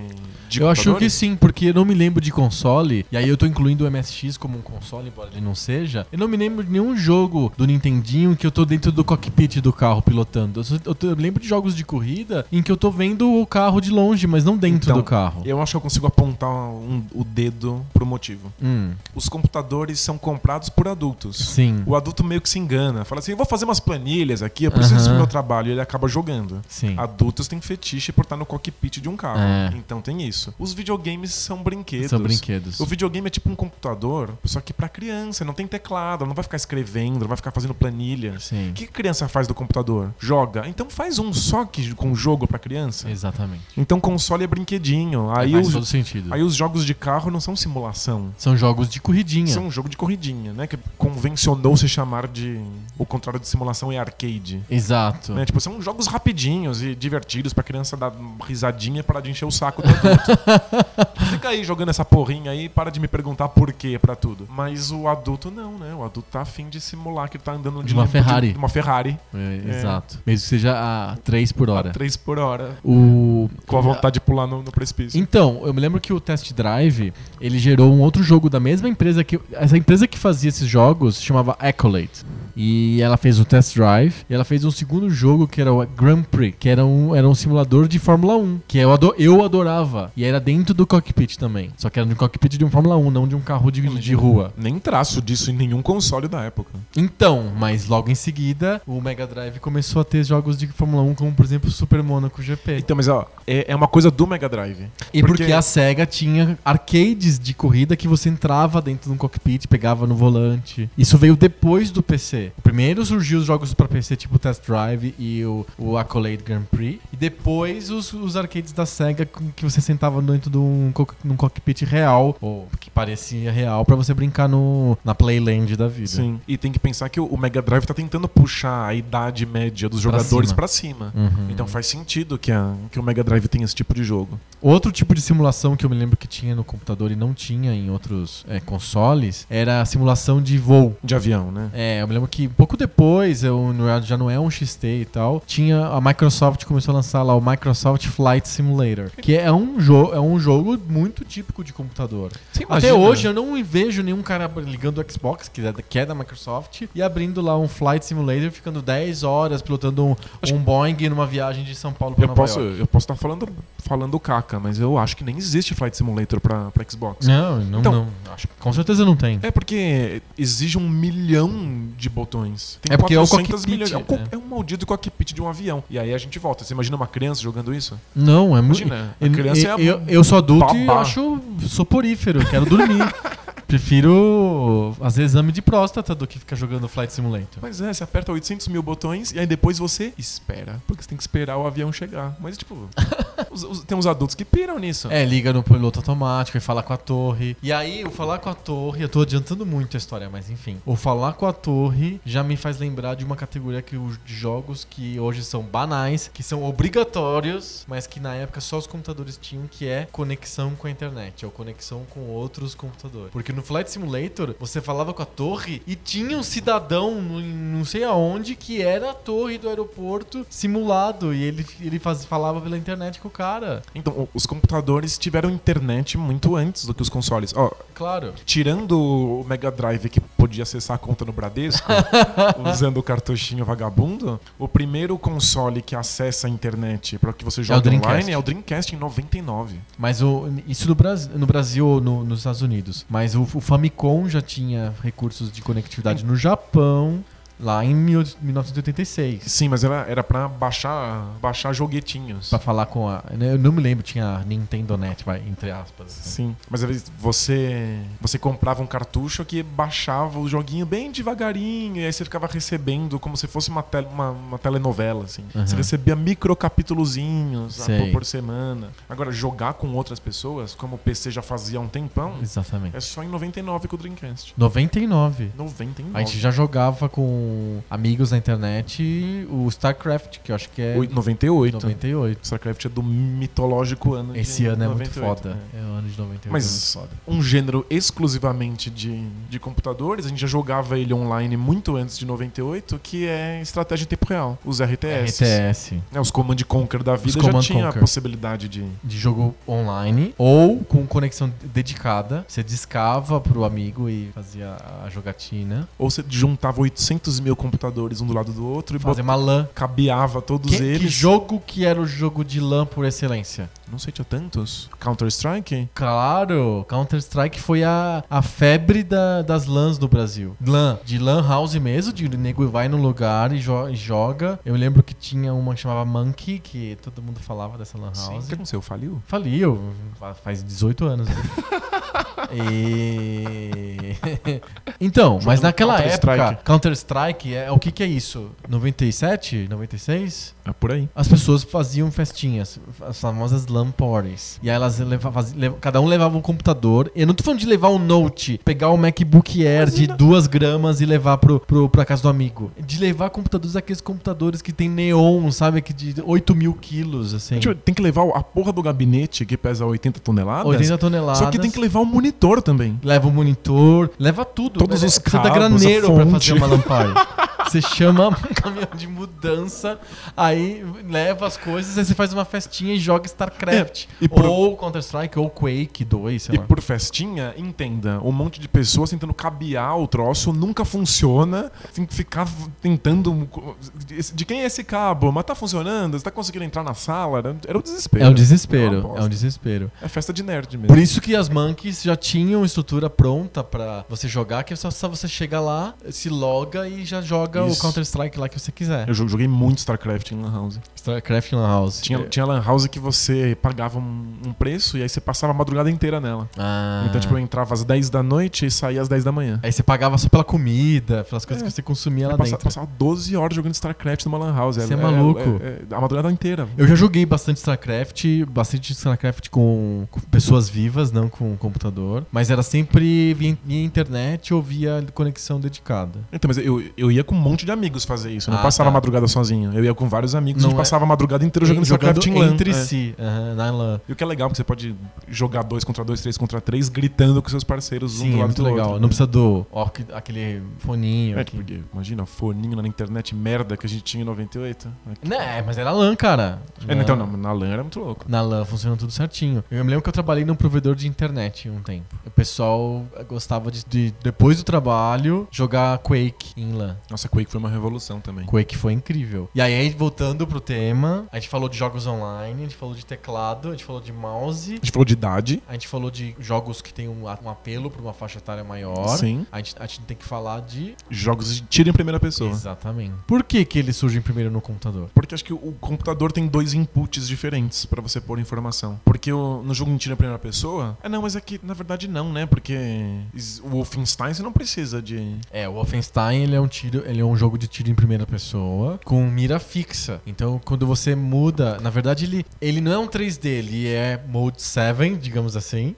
S2: de
S1: eu acho que
S2: computadores?
S1: sim, porque eu não me lembro de console, e aí eu tô incluindo o MSX como um console, embora ele não seja. Eu não me lembro de nenhum jogo do Nintendinho que eu tô dentro do cockpit do carro pilotando. Eu, só- eu tô- eu lembro de jogos de corrida em que eu tô vendo o carro de longe, mas não dentro
S2: Então,
S1: do carro.
S2: Eu acho que eu consigo apontar um- o dedo pro motivo.
S1: Hum,
S2: Os computadores são comprados por adultos.
S1: sim,
S2: O adulto meio que se engana. Fala assim, vou fazer umas planilhas aqui, eu preciso
S1: Aham.
S2: pro meu trabalho. E ele acaba jogando.
S1: sim.
S2: Adultos têm fetiche por estar no cockpit de um carro.
S1: É.
S2: Então tem isso. Os videogames são brinquedos.
S1: São brinquedos.
S2: O videogame é tipo um computador, só que pra criança, não tem teclado, não vai ficar escrevendo, não vai ficar fazendo planilha.
S1: Sim,
S2: O que criança faz do computador? Joga. Então faz um só que, com jogo pra criança.
S1: exatamente.
S2: Então console é brinquedinho. Aí,
S1: Faz
S2: os,
S1: todo sentido.
S2: aí os jogos de carro não são simulação.
S1: São jogos de corridinha.
S2: São um jogo de corridinha, né? Que convencionou se chamar de. O contrário de simulação é arcade.
S1: Exato.
S2: Né? Tipo, são jogos rapidinhos e divertidos pra criança dar uma risadinha e parar de encher o saco do adulto. Fica aí jogando essa porrinha aí e para de me perguntar por quê pra tudo. Mas o adulto não, né? O adulto tá afim de simular que ele tá andando de
S1: Uma
S2: lim- de-
S1: Ferrari.
S2: de uma Ferrari
S1: É,
S2: É.
S1: Exato. Mesmo que seja a 3 por hora.
S2: 3 por hora.
S1: O...
S2: Com a vontade de pular no, no precipício.
S1: Então, eu me lembro que o Test Drive, ele gerou um outro jogo da mesma empresa que... Essa empresa que fazia esses jogos se chamava Accolade. E ela fez o Test Drive e ela fez um segundo jogo que era o Grand Prix, que era um, era um simulador de Fórmula 1, que eu, ado- eu adorava. E era dentro do cockpit também. Só que era no cockpit de um Fórmula 1, não de um carro de, de rua.
S2: Nem traço disso em nenhum console da época.
S1: Então, mas logo em seguida, o Mega Drive começou a ter jogos de Fórmula 1, como por exemplo Super Monaco GP.
S2: Então, mas ó, é, é uma coisa do Mega Drive.
S1: E porque...
S2: Porque
S1: a SEGA tinha arcades de corrida que você entrava dentro de um cockpit, pegava no volante. Isso veio depois do PC. Primeiro surgiu os jogos pra PC, tipo Test Drive e o, o Accolade Grand Prix. E depois os, os arcades da SEGA com- que você sentava dentro de um, co- num cockpit real, ou que parecia real, pra você brincar no, na Playland da vida.
S2: Sim. E tem que pensar que o- o Mega Drive tá tentando puxar a idade média dos
S1: Pra
S2: jogadores
S1: cima.
S2: pra cima.
S1: Uhum.
S2: Então faz sentido que, a- que o Mega Drive tenha esse tipo de jogo.
S1: Outro tipo de simulação que eu me lembro que tinha no computador e não tinha em outros eh, consoles era a simulação de voo.
S2: De avião, né?
S1: É, eu me lembro que pouco depois, eu, não- já não é um XT e tal, tinha a Microsoft começou a lançar lá o Microsoft Flight Simulator, que é um, jo é um jogo muito típico de computador.
S2: Você
S1: A até
S2: imagina.
S1: hoje eu não vejo nenhum cara ligando o Xbox, que é, da- que é da Microsoft, e abrindo lá um Flight Simulator, ficando 10 horas pilotando um, um Boeing numa viagem de São Paulo pra
S2: Eu
S1: Nova
S2: posso,
S1: York.
S2: eu posso estar falando, falando caca, mas eu acho que nem existe Flight Simulator pra, pra Xbox.
S1: Não, não,
S2: Então-
S1: não. Acho, que com certeza não tem.
S2: É porque exige um milhão de botões. Tem
S1: É porque é o cockpit,
S2: milhões. É, o co-
S1: né?
S2: é um maldito cockpit de um avião. E aí a gente volta. Você imagina uma criança jogando isso?
S1: Não, é muito.
S2: Imagina. A
S1: Eu,
S2: criança é a-
S1: eu, eu sou adulto e
S2: babá.
S1: acho soporífero, quero dormir. Prefiro fazer exame de próstata do que ficar jogando Flight Simulator.
S2: Mas é, você aperta 800 mil botões e aí depois você espera. Porque você tem que esperar o avião chegar. Mas, tipo, os- os- tem uns adultos que piram nisso.
S1: É, liga no piloto automático e fala com a torre. E aí, o falar com a torre, eu tô adiantando muito a história, mas enfim. O falar com a torre já me faz lembrar de uma categoria que os de jogos que hoje são banais, que são obrigatórios, mas que na época só os computadores tinham, que é conexão com a internet, ou conexão com outros computadores. Porque no Flight Simulator, você falava com a torre e tinha um cidadão no- em não sei aonde que era a torre do aeroporto simulado e ele, ele faz, falava pela internet com o cara.
S2: Então, o- os computadores tiveram internet muito antes do que os consoles. Ó,
S1: Claro.
S2: Tirando o Mega Drive que podia acessar a conta no Bradesco, usando o cartuchinho vagabundo, o primeiro console que acessa a internet para que você jogue
S1: Dreamcast.
S2: online é o Dreamcast em 99.
S1: Mas o, isso no Brasil, no Brasil ou no- nos Estados Unidos. Mas o, o Famicom já tinha recursos de conectividade no Japão, lá em mil- 1986.
S2: Sim, mas era, era pra baixar, baixar joguetinhos.
S1: Pra falar com a. né, Eu não me lembro, tinha a Nintendo Net, vai, entre aspas. assim.
S2: Sim, mas às vezes você, você comprava um cartucho que baixava o joguinho bem devagarinho, e aí você ficava recebendo como se fosse uma, tel- uma, uma telenovela, assim.
S1: Aham.
S2: Você recebia microcapítulozinhos ah, por,
S1: Sei.
S2: por semana. Agora, jogar com outras pessoas, como o PC já fazia há um tempão,
S1: Exatamente.
S2: é só em 99 com o Dreamcast.
S1: 99.
S2: 99.
S1: A gente já jogava com amigos na internet o StarCraft, que eu acho que é
S2: Oi, 98.
S1: 98.
S2: StarCraft é do mitológico ano de
S1: Esse ano é muito
S2: 98,
S1: foda.
S2: né?
S1: É o ano de 98.
S2: Mas-
S1: é muito foda.
S2: um gênero exclusivamente de, de computadores, a gente já jogava ele online muito antes de 98, que é estratégia em tempo real, os
S1: É
S2: RTS.
S1: RTS.
S2: É, os Command Conquer da vida
S1: Os
S2: já
S1: Command
S2: tinha
S1: Conquer.
S2: a possibilidade de.
S1: de jogo online ou com conexão dedicada. Você discava pro amigo e fazia a jogatina.
S2: Ou você juntava 800 mil computadores um do lado do outro e
S1: Fazer
S2: bot-
S1: uma LAN.
S2: cabeava todos
S1: Que,
S2: eles.
S1: que jogo que era o jogo de LAN por excelência?
S2: Não sei, tinha tantos. Counter-Strike?
S1: Claro, Counter-Strike foi a, a febre da- das LANs no Brasil. LAN, de LAN house mesmo, de nego vai num lugar e, jo- e joga. Eu lembro que tinha uma que chamava Monkey, que todo mundo falava dessa LAN
S2: Sim. O
S1: house.
S2: que aconteceu? Faliu?
S1: Faliu fa- faz 18 anos. né? e... então, mas
S2: Jogando
S1: naquela
S2: Counter-Strike.
S1: época, Counter-Strike, é, o que, que é isso? 97? 96?
S2: É por aí.
S1: As pessoas faziam festinhas, as famosas LAN parties. E aí elas leva- faz- leva- cada um levava um computador. Eu não tô falando de levar um note, pegar um MacBook Air de duas gramas e levar pro, pro, pra casa do amigo. De levar computadores, aqueles computadores que tem neon, sabe? Que de 8 mil quilos, assim.
S2: Tipo, tem que levar a porra do gabinete que pesa 80 toneladas.
S1: 80 toneladas.
S2: Só que tem que levar o monitor também.
S1: Leva o monitor, leva tudo.
S2: Todos os
S1: Precisa dar
S2: cabos, a
S1: graneiro pra
S2: fonte.
S1: fazer uma lamparina. Você chama um caminhão de mudança, aí leva as coisas, aí você faz uma festinha e joga StarCraft.
S2: É, e por-
S1: Ou Counter-Strike, ou Quake 2, sei
S2: E
S1: lá.
S2: por festinha, entenda, um monte de pessoas tentando cabear o troço, nunca funciona, tem que ficar v- tentando. De quem é esse cabo? Mas tá funcionando? Você tá conseguindo entrar na sala? Era- Era o desespero.
S1: É um desespero, é
S2: uma
S1: um
S2: bosta.
S1: desespero.
S2: É festa de nerd mesmo.
S1: Por isso que as monkeys já tinham estrutura pronta pra você jogar, que é só, só você chegar lá, se loga e já joga o
S2: Isso.
S1: Counter-Strike lá que você quiser.
S2: Eu jo- joguei muito StarCraft em Lan House.
S1: StarCraft Lan House. É.
S2: Tinha, tinha Lan House que você pagava um, um preço e aí você passava a madrugada inteira nela.
S1: Ah.
S2: Então, tipo, eu entrava às 10 da noite e saía às 10 da manhã.
S1: Aí você pagava só pela comida, pelas coisas
S2: É.
S1: que você consumia lá
S2: Eu passa-
S1: dentro.
S2: passava 12 horas jogando StarCraft numa Lan House.
S1: Você é maluco.
S2: é- a madrugada inteira.
S1: Eu já joguei bastante StarCraft, bastante StarCraft com, com pessoas vivas, não com um computador. Mas era sempre via, via internet ou via conexão dedicada.
S2: Então, mas eu, eu ia com um monte de amigos fazer isso. Eu não
S1: Ah,
S2: passava
S1: tá.
S2: a madrugada sozinho. Eu ia com vários amigos
S1: Não
S2: e
S1: é-
S2: passava a madrugada inteira jogando StarCraft em LAN.
S1: entre
S2: É.
S1: si, aham, na LAN.
S2: E o que é legal, porque você pode jogar dois contra dois, três contra três, gritando com seus parceiros um
S1: Sim,
S2: do
S1: é
S2: lado
S1: muito
S2: do
S1: legal.
S2: outro.
S1: Não precisa do ó, que- aquele foninho.
S2: É,
S1: aqui.
S2: porque, imagina, forninho na internet merda que a gente tinha em 98. Aqui.
S1: Né, mas era LAN, cara.
S2: É, então, não, na LAN era muito louco.
S1: Na LAN funciona tudo certinho. Eu me lembro que eu trabalhei num provedor de internet um tempo. O pessoal gostava de, de, depois do trabalho, jogar Quake em LAN.
S2: Nossa, Quake foi uma revolução também.
S1: Quake foi incrível. E aí, voltando pro tema, a gente falou de jogos online, a gente falou de teclado, a gente falou de mouse.
S2: A gente falou de idade.
S1: A gente falou de jogos que tem um, um apelo pra uma faixa etária maior.
S2: Sim.
S1: A gente, a gente tem que falar de.
S2: Jogos de tiro em primeira pessoa.
S1: Exatamente. Por que, que eles surgem primeiro no computador?
S2: Porque acho que o computador tem dois inputs diferentes pra você pôr informação. Porque o- no jogo de tiro em primeira pessoa. É, não, mas é que na verdade não, né? Porque is- o Wolfenstein você não precisa de.
S1: É, o Wolfenstein ele é um tiro, ele é um jogo de tiro em primeira pessoa com mira fixa. Então, quando você muda, na verdade ele, ele não é um 3D, ele é mode 7, digamos assim.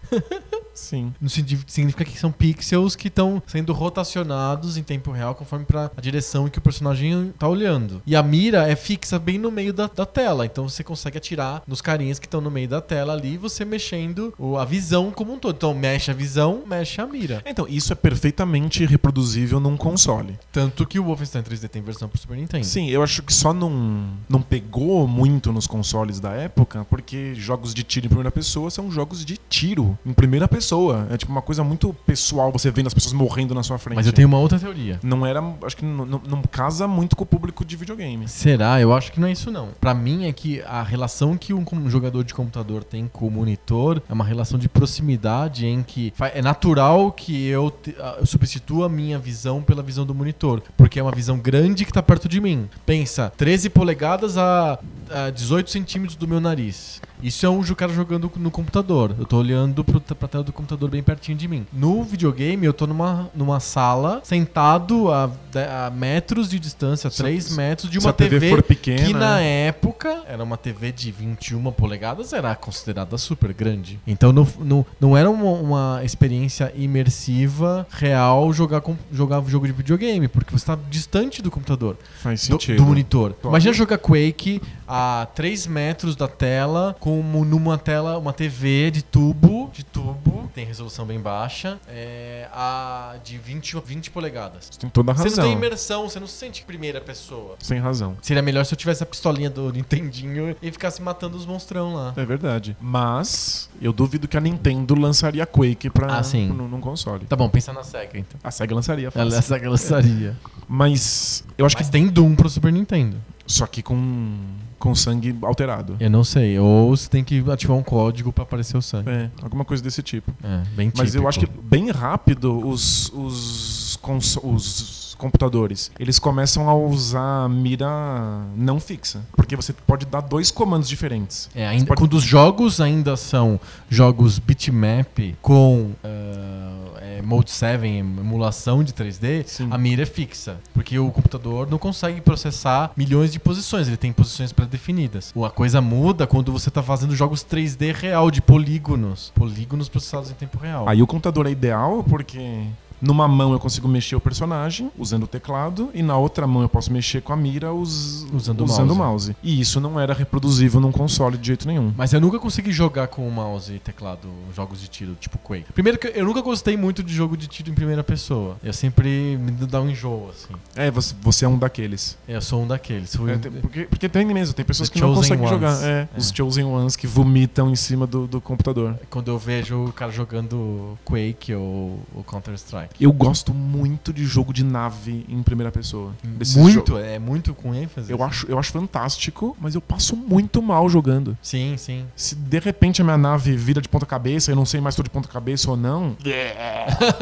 S2: Sim.
S1: No sentido significa que são pixels que estão sendo rotacionados em tempo real conforme para a direção em que o personagem tá olhando. E a mira é fixa bem no meio da, da tela, então você consegue atirar nos carinhas que estão no meio da tela ali, você mexendo o- a visão como um todo. Então, mexe a visão, mexe a mira.
S2: Então, isso é perfeitamente reproduzível num console.
S1: Tanto que o Wolfenstein 3D tem versão pro Super Nintendo.
S2: Sim, eu acho que só não, não pegou muito nos consoles da época, porque jogos de tiro em primeira pessoa são jogos de tiro em primeira pessoa. É tipo uma coisa muito pessoal, você vendo as pessoas morrendo na sua frente.
S1: Mas eu tenho uma outra teoria.
S2: Não era. Acho que não, não- não casa muito com o público de videogame.
S1: Será? Eu acho que não é isso não. Pra mim é que a relação que um com- jogador de computador tem com o monitor é uma relação de proximidade em que fa- é natural que eu, te- ah, eu substitua a minha visão pela visão do monitor, porque é uma visão grande que tá perto de mim. Pensa, 13 polegadas a, a 18 centímetros do meu nariz. Isso é um ju- cara jogando no computador. Eu tô olhando pro, te- pra tela do computador bem pertinho de mim. No videogame, eu tô numa, numa sala, sentado a, de- a metros de distância,
S2: Se-
S1: 3
S2: se-
S1: metros de
S2: Se
S1: uma
S2: a TV,
S1: TV
S2: for pequena. né?
S1: que na é- época era uma TV de 21 polegadas, era considerada super grande. Então não, não, não era uma, uma experiência imersiva, real, jogar, com, jogar jogo de videogame, porque você está distante do computador,
S2: Faz
S1: do,
S2: sentido.
S1: do monitor.
S2: Claro.
S1: Imagina jogar Quake a 3 metros da tela, como numa tela, uma TV de tubo, de tubo, tem resolução bem baixa, é, a, de 20, 20 polegadas.
S2: Você tem toda a
S1: Você não tem
S2: razão.
S1: imersão, você não se sente em primeira pessoa.
S2: Sem razão.
S1: Seria melhor se eu tivesse a pistolinha do Nintendinho e ficasse matando os monstrão lá.
S2: É verdade. Mas eu duvido que a Nintendo lançaria Quake pra,
S1: Ah, sim.
S2: num, num console.
S1: Tá bom, pensa na SEGA então.
S2: é A SEGA lançaria,
S1: Ela,
S2: fácil.
S1: essa lançaria.
S2: Mas eu acho
S1: Mas
S2: que.
S1: tem Doom pro Super Nintendo.
S2: Só que com, com sangue alterado.
S1: Eu não sei. Ou você tem que ativar um código pra aparecer o sangue.
S2: É, alguma coisa desse tipo.
S1: É, bem
S2: Mas eu
S1: típico.
S2: acho que bem rápido os, os, cons- os computadores eles começam a usar mira não fixa. Porque você pode dar dois comandos diferentes.
S1: É, ainda,
S2: Pode-
S1: Quando os jogos ainda são jogos bitmap com ah, é, Mode 7, emulação de 3D,
S2: Sim.
S1: a mira é fixa. Porque o computador não consegue processar milhões de posições, ele tem posições pré-definidas. A coisa muda quando você está fazendo jogos 3D real, de polígonos. Polígonos processados em tempo real.
S2: Aí o computador é ideal porque numa mão eu consigo mexer o personagem usando o teclado e na outra mão eu posso mexer com a mira us-
S1: Usando o
S2: o mouse. E isso não era reproduzível num console de jeito nenhum.
S1: Mas eu nunca consegui jogar com o mouse e teclado jogos de tiro, tipo Quake. Primeiro que eu nunca gostei muito de jogo de tiro em primeira pessoa. Eu sempre me dá um enjoo, assim.
S2: É, você, você é um daqueles.
S1: Eu sou um daqueles. Fui-
S2: É, tem- porque, porque tem mesmo, tem pessoas
S1: The
S2: que não
S1: Chosen
S2: conseguem jogar.
S1: Ones.
S2: É,
S1: É.
S2: Os Chosen Ones que vomitam em cima do, do computador.
S1: Quando eu vejo o cara jogando Quake ou, ou Counter-Strike.
S2: Eu gosto muito de jogo de nave em primeira pessoa. Desses
S1: Muito,
S2: jo-
S1: é muito com ênfase.
S2: Eu acho, eu acho fantástico, mas eu passo muito mal jogando.
S1: Sim, sim.
S2: Se de repente a minha nave vira de ponta cabeça, eu não sei mais se tô de ponta cabeça ou não.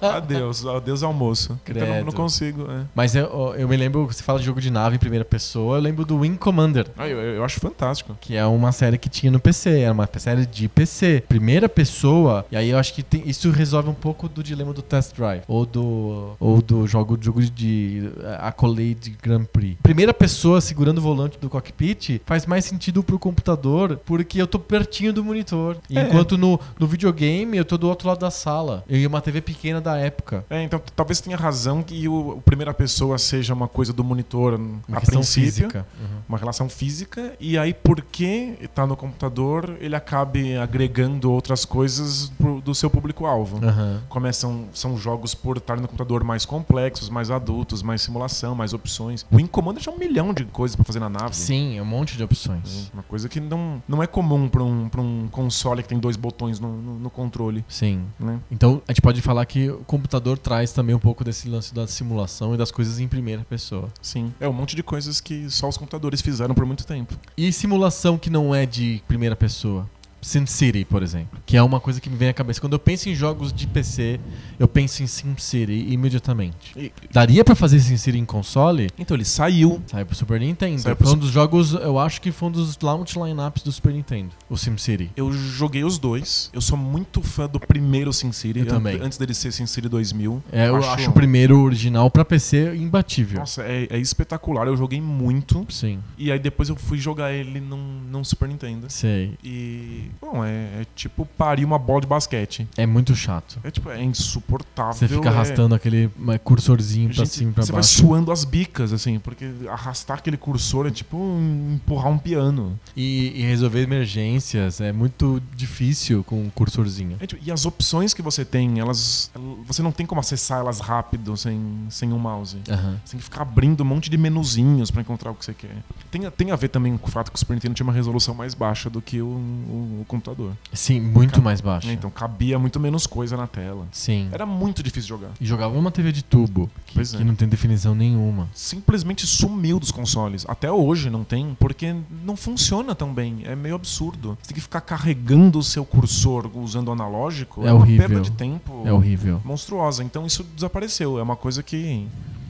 S2: adeus, adeus almoço. Então não,
S1: Credo.
S2: não consigo. É.
S1: Mas eu, eu me lembro, você fala de jogo de nave em primeira pessoa, eu lembro do Wing Commander.
S2: Ah, eu, eu acho fantástico.
S1: Que é uma série que tinha no PC, era uma série de PC. Primeira pessoa, e aí eu acho que tem- isso resolve um pouco do dilema do Test Drive. Ou do. Ou do jogo, jogo de eh, Accolade Grand Prix. Primeira pessoa segurando o volante do cockpit faz mais sentido pro computador, porque eu tô pertinho do monitor.
S2: É.
S1: Enquanto no, no videogame eu tô do outro lado da sala. Eu ia uma TV pequena da época.
S2: É, então t- talvez tenha razão que o, o primeira pessoa seja uma coisa do monitor
S1: Uma
S2: a
S1: questão
S2: princípio.
S1: física. Uhum.
S2: uma relação física e aí porque tá no computador ele acabe agregando outras coisas pro- do seu público-alvo.
S1: Aham.
S2: Começam são jogos por estar no computador mais complexos, mais adultos, mais simulação, mais opções. O Wing Commander tinha um milhão de coisas pra fazer na nave. É
S1: Sim, é um monte de opções.
S2: Uma coisa que não, não é comum pra um, pra um console que tem dois botões no, no- no controle,
S1: Sim.
S2: né?
S1: Então a gente pode falar que o computador traz também um pouco desse lance da simulação e das coisas em primeira pessoa.
S2: Sim. É um monte de coisas que só os computadores fizeram por muito tempo.
S1: E simulação que não é de primeira pessoa? Sin City, por exemplo, que é uma coisa que me vem à cabeça. Quando eu penso em jogos de PC, eu penso em Sim City imediatamente.
S2: E-
S1: Daria pra fazer Sin City em console?
S2: então ele saiu.
S1: Saiu pro Super Nintendo.
S2: Saiu pro
S1: Foi um dos jogos, eu acho que foi um dos launch lineups do Super Nintendo, o Sim City.
S2: Eu joguei os dois. Eu sou muito fã do primeiro Sin City.
S1: Eu
S2: an-
S1: também.
S2: Antes dele ser Sin City 2000.
S1: É, eu acho, o primeiro original pra PC imbatível.
S2: um. Nossa, é, é espetacular. Eu joguei muito.
S1: Sim,
S2: E aí depois eu fui jogar ele num, num Super Nintendo.
S1: sei.
S2: E. Bom, é, é tipo parir uma bola de basquete.
S1: É muito chato.
S2: É tipo, é insuportável.
S1: Você fica
S2: é-
S1: arrastando aquele eh, cursorzinho pra
S2: Gente,
S1: cima e pra
S2: você vai
S1: baixo.
S2: suando as bicas, assim, porque arrastar aquele cursor é tipo um- empurrar um piano.
S1: E, e resolver emergências é muito difícil com um cursorzinho.
S2: É, tipo, e as opções que você tem, elas. Você não tem como acessar elas rápido sem, sem um mouse.
S1: Aham.
S2: Você tem que ficar abrindo um monte de menuzinhos pra encontrar o que você quer. Tem, a- tem a ver também com o fato que o Super Nintendo tinha uma resolução mais baixa do que o, o- o computador.
S1: Sim, muito
S2: Ca-
S1: mais baixo.
S2: Então cabia muito menos coisa na tela.
S1: Sim.
S2: Era muito difícil jogar.
S1: E jogava uma TV de tubo, que,
S2: Pois é.
S1: que não tem definição nenhuma.
S2: Simplesmente sumiu dos consoles. Até hoje não tem, porque não funciona tão bem. É meio absurdo. Você tem que ficar carregando o seu cursor usando o analógico.
S1: É
S2: uma
S1: horrível.
S2: perda de tempo
S1: É horrível.
S2: monstruosa. Então isso desapareceu. É uma coisa que,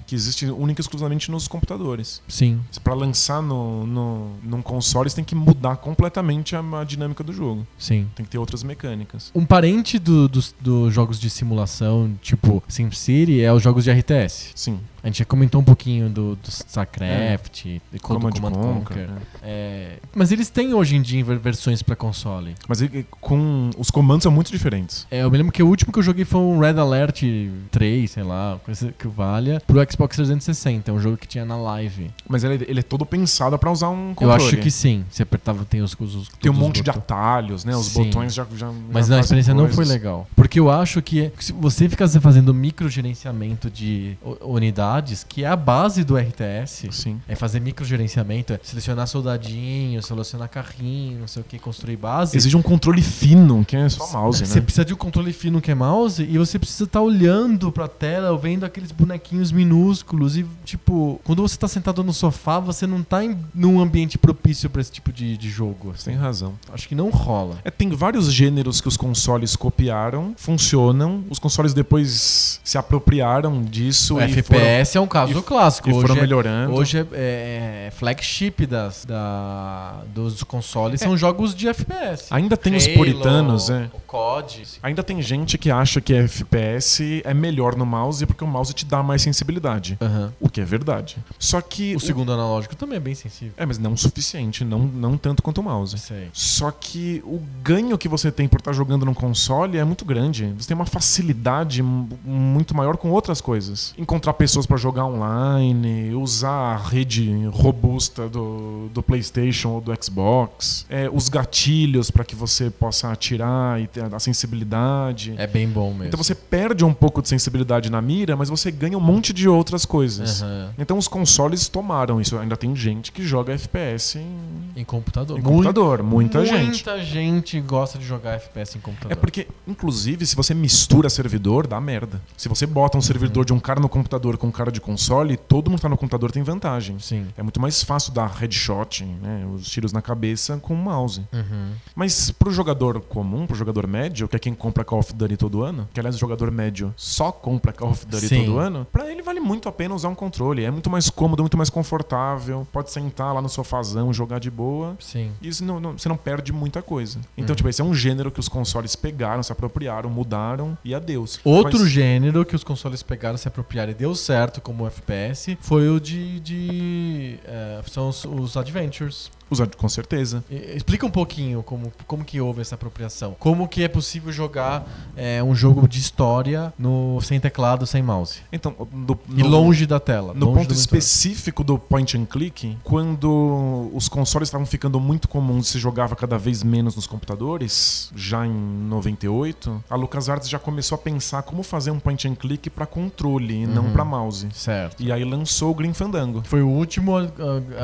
S2: que existe única e exclusivamente nos computadores.
S1: Sim.
S2: Pra lançar no, no, num console, você tem que mudar completamente a, a dinâmica do jogo.
S1: Sim.
S2: Tem que ter outras mecânicas.
S1: Um parente do- dos dos jogos de simulação, tipo SimCity, é os jogos de RTS.
S2: Sim,
S1: A gente já comentou um pouquinho do, do StarCraft,
S2: É.
S1: do Command,
S2: Command
S1: Command
S2: Conquer,
S1: Conquer.
S2: né?
S1: É, Mas eles têm hoje em dia ver- versões pra console.
S2: Mas ele- com, os comandos são muito diferentes.
S1: É, eu me lembro que o último que eu joguei foi um Red Alert 3, sei lá, coisa que valha, pro Xbox 360, um jogo que tinha na live.
S2: Mas ele, ele é todo pensado pra usar um controle.
S1: Eu acho que sim, você apertava, tem os... os, os-
S2: Tem um
S1: todos os
S2: monte de
S1: botões.
S2: atalhos, né? Os
S1: Sim.
S2: botões já. já
S1: Mas
S2: já
S1: não, a
S2: fazem
S1: experiência não foi
S2: coisas.
S1: legal. Porque eu acho que se você fica fazendo microgerenciamento de u- unidades, que é a base do RTS,
S2: Sim.
S1: é fazer microgerenciamento, é selecionar soldadinho, selecionar carrinho, não sei o que, construir base.
S2: Exige um controle fino, que é só mouse,
S1: Você
S2: né?
S1: precisa de um controle fino que é mouse e você precisa estar olhando pra tela, vendo aqueles bonequinhos minúsculos e, tipo, quando você tá sentado no sofá, você não tá em num ambiente propício pra esse tipo de, de jogo.
S2: Você tem razão.
S1: Acho que não rola.
S2: É, tem vários gêneros que os consoles copiaram, funcionam. Os consoles depois se apropriaram disso
S1: O
S2: e
S1: FPS é um
S2: e
S1: caso
S2: f-
S1: clássico.
S2: foram, e
S1: hoje
S2: foram
S1: é-
S2: melhorando.
S1: Hoje é, é- é flagship das, da- dos consoles, são jogos de FPS.
S2: Ainda tem os
S1: Halo,
S2: puritanos, é.
S1: O COD.
S2: Ainda tem gente que acha que FPS é melhor no mouse porque o mouse te dá mais sensibilidade.
S1: Aham.
S2: O que é verdade. Só que.
S1: O segundo analógico também é bem sensível.
S2: É, mas não o suficiente, não, não tanto quanto o mouse.
S1: Sei.
S2: Só que o ganho que você tem por estar jogando num console é muito grande. Você tem uma facilidade mu- muito maior com outras coisas. Encontrar pessoas pra jogar online, usar a rede robusta do, do PlayStation ou do Xbox, é, os gatilhos pra que você possa atirar e ter a sensibilidade.
S1: É bem bom mesmo.
S2: Então você perde um pouco de sensibilidade na mira, mas você ganha um monte de outras coisas.
S1: Aham.
S2: Então os consoles tomaram isso. Ainda tem gente que joga FPS em,
S1: Em computador.
S2: em computador, muita, gente.
S1: Muita gente gosta de jogar FPS em computador.
S2: É porque, inclusive, se você mistura servidor, dá merda. Se você bota um servidor de um cara no computador com um cara de console, todo mundo que tá no computador tem vantagem.
S1: Sim.
S2: É muito mais fácil dar headshot, né, os tiros na cabeça com o mouse.
S1: Uhum,
S2: Mas pro jogador comum, pro jogador médio, que é quem compra Call of Duty todo ano, que aliás o jogador médio só compra Call of Duty
S1: Sim.
S2: todo ano, pra ele vale muito a pena usar um controle. É muito mais cômodo, muito mais confortável. Pode sentar lá no sofazão, jogar de boa.
S1: Sim.
S2: E isso não, não- você não perde muita coisa. Então,
S1: Uhum.
S2: tipo, esse é um gênero que os consoles pegaram, se apropriaram, mudaram e adeus.
S1: Outro
S2: Mas-
S1: gênero que os consoles pegaram, se apropriaram e deu aberto como FPS foi o de. de eh, são os, os Adventures.
S2: Usando com certeza.
S1: E- Explica um pouquinho como, como que houve essa apropriação. Como que é possível jogar eh, um jogo de história no, sem teclado, sem mouse.
S2: Então, do,
S1: E
S2: no-
S1: longe da tela.
S2: No
S1: longe
S2: ponto
S1: do monitor.
S2: específico do point and click, quando os consoles estavam ficando muito comuns e se jogava cada vez menos nos computadores, já em 98, a LucasArts já começou a pensar como fazer um point and click para controle e
S1: Uhum.
S2: não para mouse.
S1: Certo.
S2: E aí lançou o Green Fandango.
S1: Foi o último ah,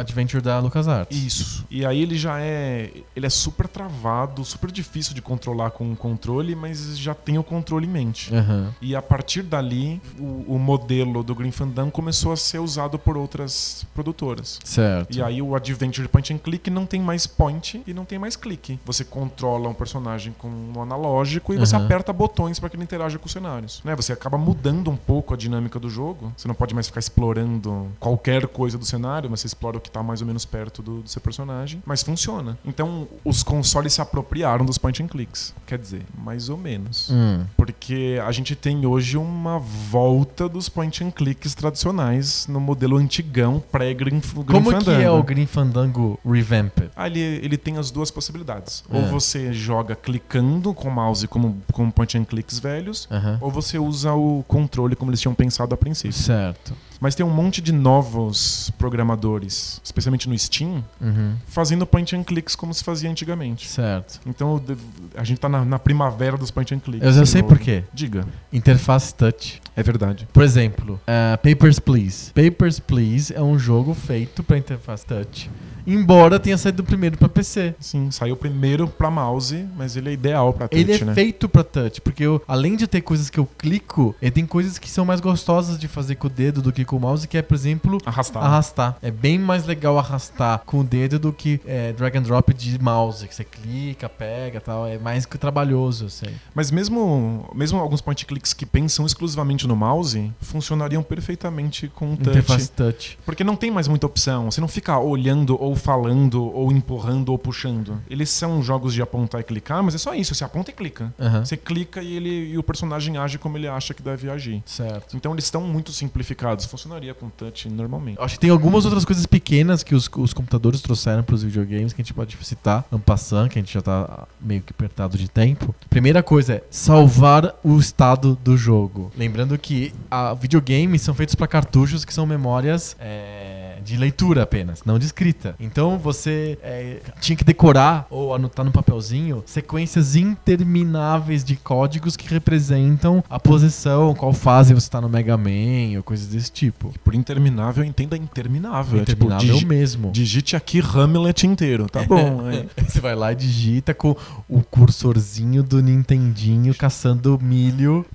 S1: adventure da LucasArts.
S2: Isso. E aí ele já é. Ele é super travado, super difícil de controlar com o controle, mas já tem o controle em mente. né?
S1: Aham.
S2: E a partir dali, o, o modelo do Green Fandango começou a ser usado por outras produtoras.
S1: Certo.
S2: E aí o Adventure Point and Click não tem mais point e não tem mais clique. Você controla um personagem com um analógico e você
S1: Aham.
S2: aperta botões para que ele interaja com os cenários. Né? Você acaba mudando um pouco a dinâmica do jogo. Você não pode mais ficar explorando qualquer coisa do cenário, mas você explora o que tá mais ou menos perto do, do seu personagem. Mas funciona. Então os consoles se apropriaram dos point and clicks. Quer dizer, mais ou menos.
S1: Hum.
S2: Porque a gente tem hoje uma volta dos point and clicks tradicionais no modelo antigão pré-Green
S1: Como
S2: Fandango.
S1: que é o Green Fandango Revamped?
S2: Ah, ele, ele tem as duas possibilidades.
S1: É.
S2: Ou você joga clicando com o mouse como com point and clicks velhos,
S1: Aham.
S2: ou você usa o controle como eles tinham pensado a princípio.
S1: Certo.
S2: Mas tem um monte de novos programadores, especialmente no Steam,
S1: Uhum.
S2: fazendo point and clicks como se fazia antigamente.
S1: Certo.
S2: Então eu devo- a gente tá na, na primavera dos point and clicks.
S1: Eu já
S2: de
S1: sei
S2: novo.
S1: por quê.
S2: Diga.
S1: Interface touch.
S2: É verdade.
S1: Por exemplo, eh, Papers, Please. Papers, Please é um jogo feito pra interface touch. Embora tenha saído primeiro pra PC.
S2: Sim, saiu primeiro pra mouse, mas ele é ideal pra touch,
S1: Ele é
S2: né?
S1: feito pra touch, porque eu, além de ter coisas que eu clico, ele tem coisas que são mais gostosas de fazer com o dedo do que com o mouse, que é, por exemplo,
S2: Arrastado.
S1: arrastar. É bem mais legal arrastar com o dedo do que eh, drag and drop de mouse, que você clica, pega e tal. É mais que trabalhoso, assim.
S2: Mas mesmo, mesmo alguns point clicks que pensam exclusivamente no mouse, funcionariam perfeitamente com o touch.
S1: Interface touch.
S2: Porque não tem mais muita opção. Você não fica olhando ou falando ou empurrando ou puxando. Eles são jogos de apontar e clicar, mas é só isso. Você aponta e clica.
S1: Aham.
S2: Você clica e, ele, e o personagem age como ele acha que deve agir.
S1: Certo.
S2: Então eles estão muito simplificados. Funcionaria com touch normalmente.
S1: Acho que tem algumas outras coisas pequenas que os, os computadores trouxeram para os videogames que a gente pode citar, Ampassan, que a gente já tá meio que apertado de tempo. Primeira coisa é salvar o estado do jogo. Lembrando que a, videogames são feitos para cartuchos que são memórias é, de leitura apenas, não de escrita. Então você é, tinha que decorar ou anotar no papelzinho sequências intermináveis de códigos que representam a posição, qual fase você está no Mega Man ou coisas desse tipo.
S2: Por interminável, entenda interminável. É tipo,
S1: Interminável
S2: digi-
S1: mesmo.
S2: digite aqui Hamlet inteiro. Tá bom. é.
S1: Você vai lá e digita com o cursorzinho do Nintendinho caçando milho.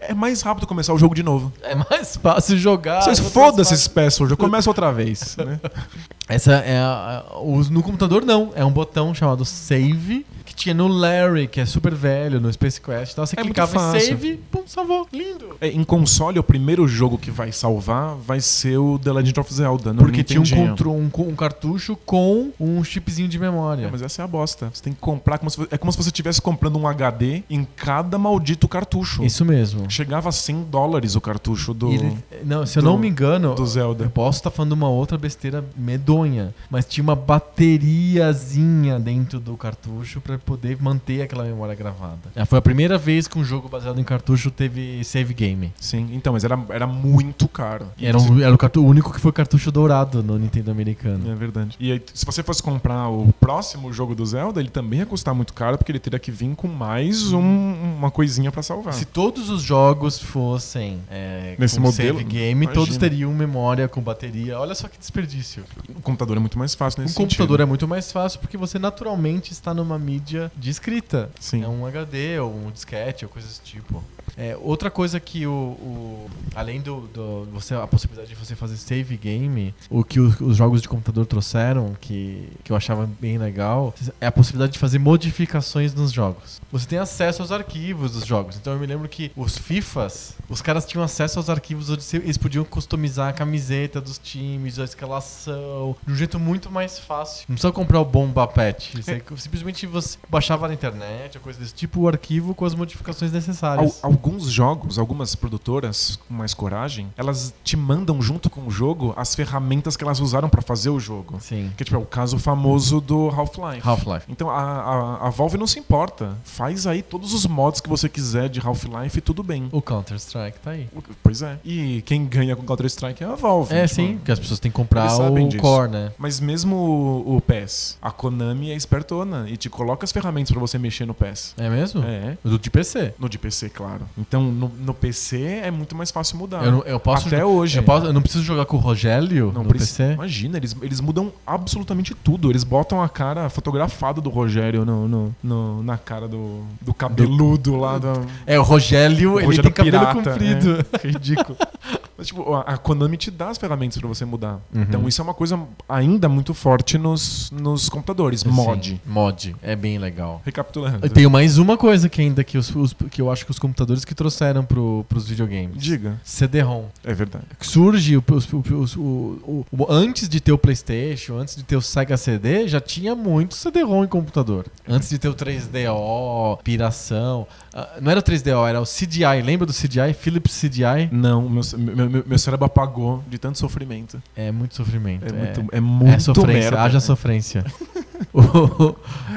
S2: É mais rápido começar o jogo de novo.
S1: É mais fácil jogar.
S2: Vocês
S1: as outras
S2: foda-se
S1: partes.
S2: esse password, eu começo outra vez. Né?
S1: Essa é a, a- os- no computador não, é um botão chamado save que tinha no Larry, que é super velho, no Space Quest, e tal. você
S2: É muito
S1: clicava em
S2: fácil.
S1: save, pum, salvou, lindo.
S2: É, em console, o primeiro jogo que vai salvar vai ser o The Legend of Zelda. né? No
S1: Porque tinha um,
S2: Nintendinho.
S1: contro- um co- um cartucho com um chipzinho de memória.
S2: É, mas essa é a bosta. Você tem que comprar como se fosse- É como se você estivesse comprando um HD em cada maldito cartucho.
S1: Isso mesmo.
S2: Chegava a 100 dólares o cartucho do,
S1: E ele- não, se eu
S2: do-
S1: não me engano,
S2: do
S1: Eu
S2: Zelda.
S1: posso estar falando uma outra besteira medonha, mas tinha uma bateriazinha dentro do cartucho pra poder manter aquela memória gravada. É, Foi a primeira vez que um jogo baseado em cartucho teve save game.
S2: Sim, então, mas era, era muito caro. E
S1: Era,
S2: você-
S1: um- era o, cartu- o único que foi cartucho dourado no Nintendo americano.
S2: É verdade. E aí, se você fosse comprar o próximo jogo do Zelda, ele também ia custar muito caro, porque ele teria que vir com mais um- uma coisinha pra salvar.
S1: Se todos os jogos fossem é,
S2: Nesse
S1: com
S2: modelo,
S1: save game,
S2: imagina.
S1: todos teriam memória com bateria. Olha só que desperdício.
S2: O computador é muito mais fácil nesse
S1: um computador
S2: sentido.
S1: é muito mais fácil porque você naturalmente está numa mídia de escrita.
S2: Sim.
S1: É um HD ou um disquete ou coisas desse tipo. É, outra coisa que o, o- além do, do- você a possibilidade de você fazer save game, o que os, os jogos de computador trouxeram que, que eu achava bem legal é a possibilidade de fazer modificações nos jogos. Você tem acesso aos arquivos dos jogos. Então eu me lembro que os FIFAs, os caras tinham acesso aos arquivos onde se- eles podiam customizar a camiseta dos times, a escalação, de um jeito muito mais fácil. Não precisa comprar o bomba patch. Você- simplesmente você baixava na internet, ou coisa desse tipo, o arquivo com as modificações
S2: Al-
S1: necessárias.
S2: algum alguns jogos, algumas produtoras com mais coragem, elas te mandam junto com o jogo as ferramentas que elas usaram pra fazer o jogo.
S1: Sim.
S2: Que tipo, é o caso famoso do Half-Life.
S1: Half-Life.
S2: Então a, a, a Valve não se importa. Faz aí todos os mods que você quiser de Half-Life e tudo bem.
S1: O Counter-Strike tá aí.
S2: Pois é. E quem ganha com Counter-Strike é a Valve.
S1: É,
S2: tipo,
S1: sim, porque as pessoas têm que comprar
S2: eles sabem
S1: o
S2: disso.
S1: core, né?
S2: Mas mesmo o, o PES, a Konami é espertona e te coloca as ferramentas pra você mexer no PES.
S1: É mesmo?
S2: É.
S1: O Do de PC.
S2: No de PC, claro. Então, no, no PC é muito mais fácil mudar.
S1: Eu, não- eu posso
S2: Até hoje.
S1: Eu, posso- é. eu não preciso jogar com o Rogério
S2: Não
S1: no
S2: precisa-
S1: PC?
S2: Imagina, eles, eles mudam absolutamente tudo. Eles botam a cara fotografada do Rogério no, no- no- na cara do, do cabeludo lá. Da,
S1: É, o Rogério,
S2: do
S1: ele
S2: Rogério
S1: tem cabelo
S2: pirata,
S1: comprido.
S2: é. Ridículo. Mas, tipo, a, a Konami te dá as ferramentas pra você mudar.
S1: Uhum.
S2: Então isso é uma coisa ainda muito forte nos, nos computadores. Mod.
S1: Sim, mod. É bem legal.
S2: Recapitulando.
S1: Eu tenho mais uma coisa que ainda que, os, os- que eu acho que os computadores que trouxeram pro, pros videogames.
S2: Diga.
S1: CD-ROM.
S2: É verdade.
S1: que surge o, os- os- o- o- o- antes de ter o PlayStation, antes de ter o Sega CD, já tinha muito CD-ROM em computador. Antes de ter o 3DO, piração. Ah, não era o 3DO, era o CDI. Lembra do CDI? Philips CDI?
S2: Não, meu, meu, meu- meu cérebro apagou de tanto sofrimento.
S1: É muito sofrimento.
S2: É, muito, é muito
S1: é sofrência,
S2: merda. né?
S1: haja sofrência. o,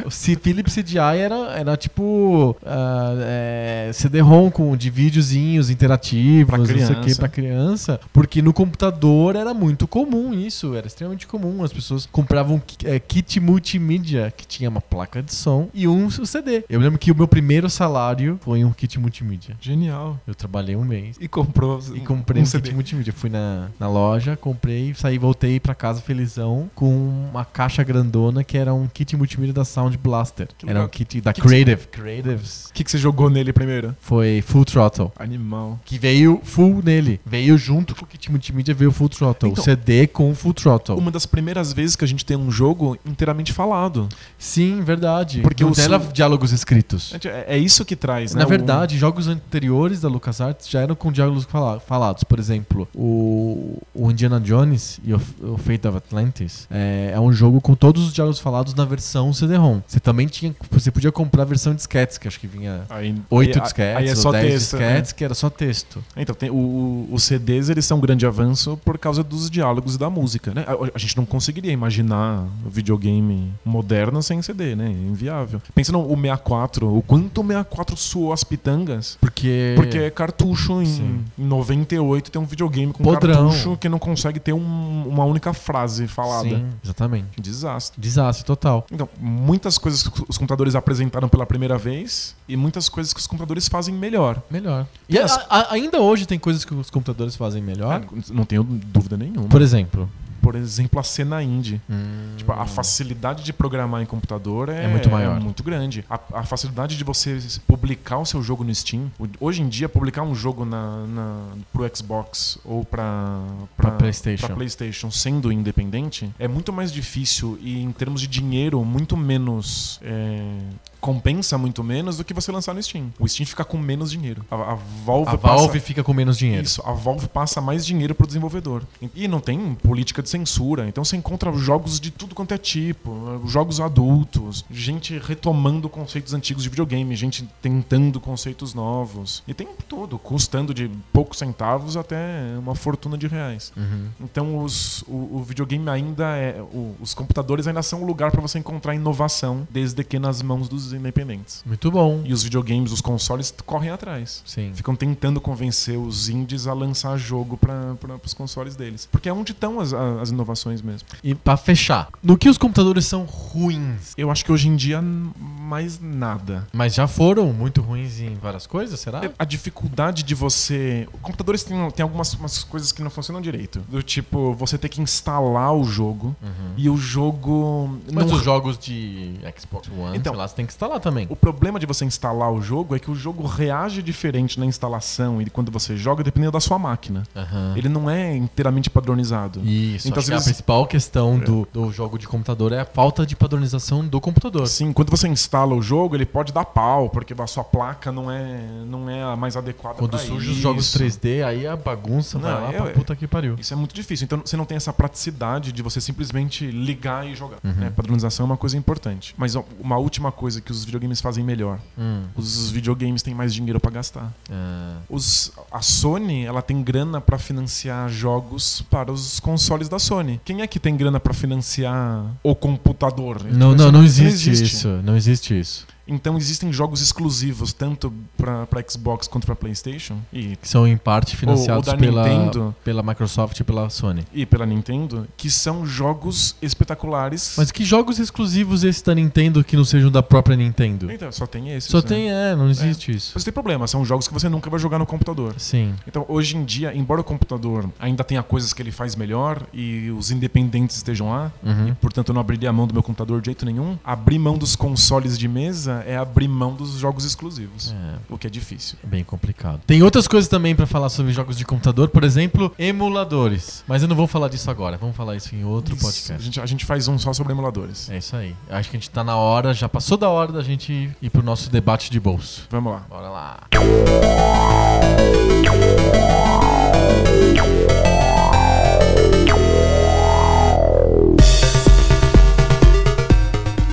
S1: o C- Philips CDI era, era tipo ah, é, CD-ROM com de videozinhos interativos,
S2: Pra
S1: não sei o que,
S2: criança.
S1: pra criança, porque no computador era muito comum isso, era extremamente comum. As pessoas compravam ki- é, kit multimídia, que tinha uma placa de som e um CD. Eu lembro que o meu primeiro salário foi um kit multimídia.
S2: Genial.
S1: Eu trabalhei um mês.
S2: E comprou.
S1: E comprei um,
S2: um
S1: kit
S2: CD.
S1: multimídia. Fui na, na loja, comprei, saí, voltei pra casa felizão com uma caixa grandona que era um kit multimídia da Sound Blaster.
S2: Que
S1: Era
S2: legal.
S1: um kit da
S2: Que que
S1: Creative. Creatives.
S2: O que, que você jogou nele primeiro?
S1: Foi Full Throttle.
S2: Animal.
S1: Que veio full nele. Veio junto com o kit multimídia, veio o Full Throttle. o
S2: Então-
S1: CD com o Full Throttle.
S2: Uma das primeiras vezes que a gente tem um jogo inteiramente falado.
S1: Sim, verdade.
S2: Porque
S1: não
S2: o
S1: dela
S2: som-
S1: diálogos escritos.
S2: É é isso que traz, né?
S1: Na
S2: o-
S1: verdade, jogos anteriores da LucasArts já eram com diálogos fala- falados. Por exemplo, o, o Indiana Jones e o, o Fate of Atlantis é, é um jogo com todos os diálogos falados na versão CD-ROM. Você também tinha. Você podia comprar a versão disquetes, que acho que vinha.
S2: Aí,
S1: oito
S2: aí-
S1: disquetes,
S2: aí é
S1: ou
S2: só
S1: 10
S2: texto, né?
S1: disquetes, que era só texto.
S2: Então, tem, o- o- os CDs eles são um grande avanço por causa dos diálogos e da música, né? A, a gente não conseguiria imaginar o videogame moderno sem CD, né? É inviável. Pensa no o 64, o quanto o 64 suou as pitangas.
S1: Porque.
S2: Porque é cartucho em,
S1: Sim.
S2: em 98 tem um videogame com
S1: Podrão.
S2: cartucho que não consegue ter um- uma única frase falada.
S1: Sim, exatamente.
S2: Desastre.
S1: Desastre total.
S2: Então, muitas coisas que os computadores apresentaram pela primeira vez e muitas coisas que os computadores fazem melhor.
S1: Melhor. E
S2: Tem as-
S1: a- a- ainda hoje tem coisas que os computadores fazem melhor.
S2: Então, É, não tenho dúvida nenhuma.
S1: Por
S2: Por,
S1: exemplo.
S2: exemplo, a cena indie.
S1: Hum,
S2: Tipo, a facilidade de programar em computador é,
S1: É muito maior.
S2: é muito grande. A, a facilidade de você publicar o seu jogo no Steam. O- Hoje em dia, publicar um jogo na, na, pro Xbox ou pra,
S1: Pra PlayStation.
S2: pra PlayStation sendo independente é muito mais difícil e, em termos de dinheiro, muito menos. é, compensa muito menos do que você lançar no Steam. O Steam fica com menos dinheiro. A, a Valve
S1: a
S2: passa-
S1: Valve fica com menos dinheiro.
S2: isso, a Valve passa mais dinheiro pro desenvolvedor. E não tem política de censura, então você encontra jogos de tudo quanto é tipo, jogos adultos, gente retomando conceitos antigos de videogame, gente tentando conceitos novos. E tem tudo, custando de poucos centavos até uma fortuna de reais.
S1: Uhum.
S2: Então os, o, o videogame ainda é. o- os computadores ainda são o lugar para você encontrar inovação, desde que nas mãos dos independentes.
S1: Muito bom.
S2: E os videogames, os consoles, correm atrás
S1: Sim.
S2: ficam tentando convencer os indies a lançar jogo para os consoles deles. Porque é onde estão as, a- as inovações mesmo.
S1: E pra fechar, no que os computadores são ruins?
S2: Eu acho que hoje em dia, n- mais nada.
S1: Mas já foram muito ruins em várias coisas, será?
S2: É, A dificuldade de você. Computadores têm tem algumas umas coisas que não funcionam direito. Do tipo, você ter que instalar o jogo e o jogo.
S1: Mas
S2: não-
S1: os jogos de Xbox One,
S2: Então-
S1: sei lá, você tem que instalar também.
S2: O problema de você instalar o jogo é que o jogo reage diferente na instalação e quando você joga, dependendo da sua máquina.
S1: Aham.
S2: Ele não é inteiramente padronizado.
S1: Isso,
S2: Então,
S1: acho
S2: se
S1: que é a
S2: eles-
S1: principal questão do, do jogo de computador é a falta de padronização do computador.
S2: Sim, quando Assim, você instala o jogo, ele pode dar pau, porque a sua placa não é, não é a mais adequada
S1: Quando
S2: pra
S1: surgem os
S2: isso.
S1: jogos 3D, aí a bagunça vai
S2: Não,
S1: lá
S2: eu-
S1: pra puta que pariu.
S2: Isso é muito difícil. Então você não tem essa
S1: Uhum.
S2: praticidade de você simplesmente ligar e jogar. né? Padronização é uma coisa importante. Mas ó, uma última coisa que que os videogames fazem melhor.
S1: Hum.
S2: Os videogames têm mais dinheiro pra gastar.
S1: Ah.
S2: Os- a Sony, ela tem grana pra financiar jogos para os consoles da Sony. Quem é que tem grana pra financiar o computador?
S1: Não, não, não existe, isso. Não existe isso.
S2: Então existem jogos exclusivos tanto pra pra Xbox quanto pra PlayStation e
S1: Que são em parte financiados
S2: da
S1: pela,
S2: Nintendo.
S1: pela Microsoft e pela Sony.
S2: e pela Nintendo, que são jogos espetaculares.
S1: Mas que jogos exclusivos esse da Nintendo que não sejam da própria Nintendo?
S2: Então, só tem esses.
S1: Só
S2: né?
S1: tem, é, não existe isso.
S2: Mas tem problema, são jogos que você nunca vai jogar no computador.
S1: Sim.
S2: Então, hoje em dia, embora o computador ainda tenha coisas que ele faz melhor e os independentes estejam lá,
S1: Uhum.
S2: portanto eu não abriria a mão do meu computador de jeito nenhum, abrir mão dos consoles de mesa é abrir mão dos jogos exclusivos,
S1: É.
S2: o que é difícil.
S1: Bem complicado. Tem outras coisas também pra falar sobre jogos de computador, por exemplo, emuladores. Mas eu não vou falar disso agora, vamos falar isso em outro
S2: Isso, A
S1: podcast.
S2: gente, a gente faz um só sobre emuladores.
S1: É isso aí. Acho que a gente tá na hora, já passou da hora da gente ir pro nosso debate de bolso.
S2: Vamos lá.
S1: Bora lá.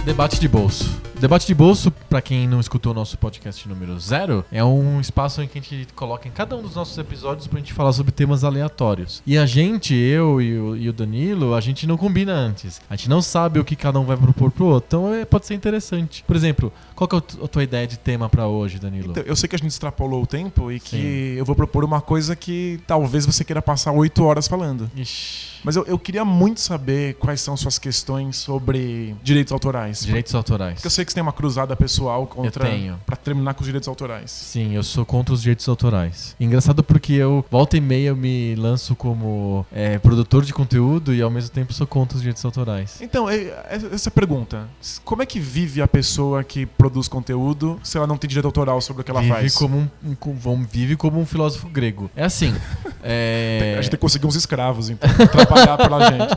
S1: Debate de bolso. Debate de bolso, pra quem não escutou o nosso podcast número zero, é um espaço em que a gente coloca em cada um dos nossos episódios pra gente falar sobre temas aleatórios. E a gente, eu e o, e o Danilo, a gente não combina antes. A gente não sabe o que cada um vai propor pro outro. Então é- pode ser interessante. Por exemplo, qual que é o tu- a tua ideia de tema pra hoje, Danilo?
S2: Então, eu sei que a gente extrapolou o tempo e que
S1: Sim.
S2: eu vou propor uma coisa que talvez você queira passar oito horas falando.
S1: Ixi.
S2: Mas eu, eu queria muito saber quais são suas questões sobre direitos autorais.
S1: Direitos autorais.
S2: Porque eu sei que você tem uma cruzada pessoal contra.
S1: Eu tenho.
S2: Pra terminar com os direitos autorais.
S1: Sim, eu sou contra os direitos autorais. Engraçado porque eu, volta e meia, eu me lanço como é, produtor de conteúdo e ao mesmo tempo sou contra os direitos autorais.
S2: Então, é- é- essa pergunta. Como é que vive a pessoa que produz conteúdo se ela não tem direito autoral sobre o que ela
S1: vive
S2: faz?
S1: Como um- um, co- vamos- vive como um filósofo grego. É assim. é,
S2: A gente tem que conseguir uns escravos, então, pra trabalhar pela gente.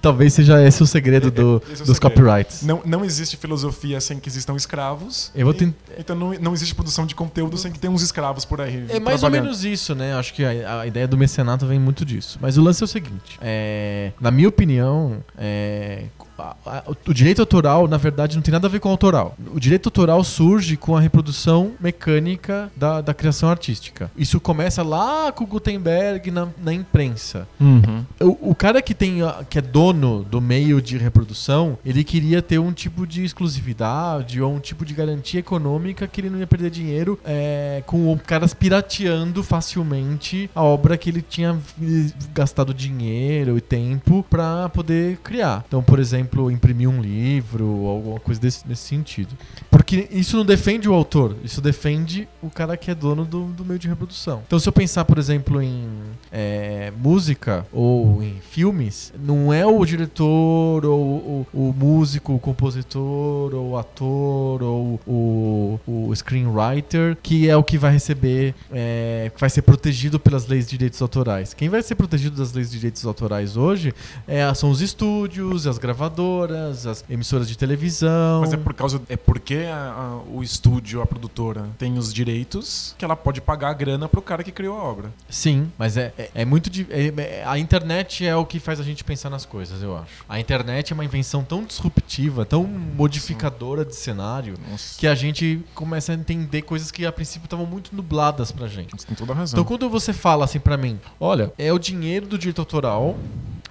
S1: Talvez seja esse o segredo do-
S2: Esse é o
S1: dos
S2: segredo.
S1: copyrights.
S2: Não, não existe filosofia sem que existam escravos.
S1: Eu vou
S2: E-
S1: tent-
S2: Então não, não existe produção de conteúdo sem que tenha uns escravos por aí.
S1: É mais ou
S2: trabalhando.
S1: menos isso, né? Acho que a, a ideia do mecenato vem muito disso. Mas o lance é o seguinte: é, na minha opinião, é, a- a- o direito autoral, na verdade, não tem nada a ver com o autoral. O direito autoral surge com a reprodução mecânica da, da criação artística. Isso começa lá com Gutenberg na- na imprensa. Uhum. O, o cara que tem a- que é dono do meio de reprodução, ele queria ter um tipo de exclusividade ou um tipo de garantia econômica que ele não ia perder dinheiro é, com o- caras pirateando facilmente a obra que ele tinha eh, gastado dinheiro e tempo pra poder criar. Então, por exemplo, imprimir um livro ou alguma coisa desse, nesse sentido. Porque isso não defende o autor, isso defende o cara que é dono do, do meio de reprodução. Então, se eu pensar, por exemplo, em é, música ou em filmes, não é o diretor ou, o- o músico, o compositor ou o ator ou o, o screenwriter que é o que vai receber, é, que vai ser protegido pelas leis de direitos autorais. Quem vai ser protegido das leis de direitos autorais hoje é, são os estúdios, as gravadoras, as emissoras de televisão.
S2: Mas é por causa. É porque a- a- o estúdio, a produtora, tem os direitos que ela pode pagar a grana pro cara que criou a obra.
S1: Sim, mas é, é, é muito. di- é- é- a internet é o que faz a gente pensar nas coisas, eu acho. A internet é uma invenção tão disruptiva, tão modificadora de cenário,
S2: Nossa.
S1: que a gente começa a entender coisas que a princípio estavam muito nubladas pra gente.
S2: Você é- tem toda a razão.
S1: Então quando você fala assim pra mim, olha, é o dinheiro do direito autoral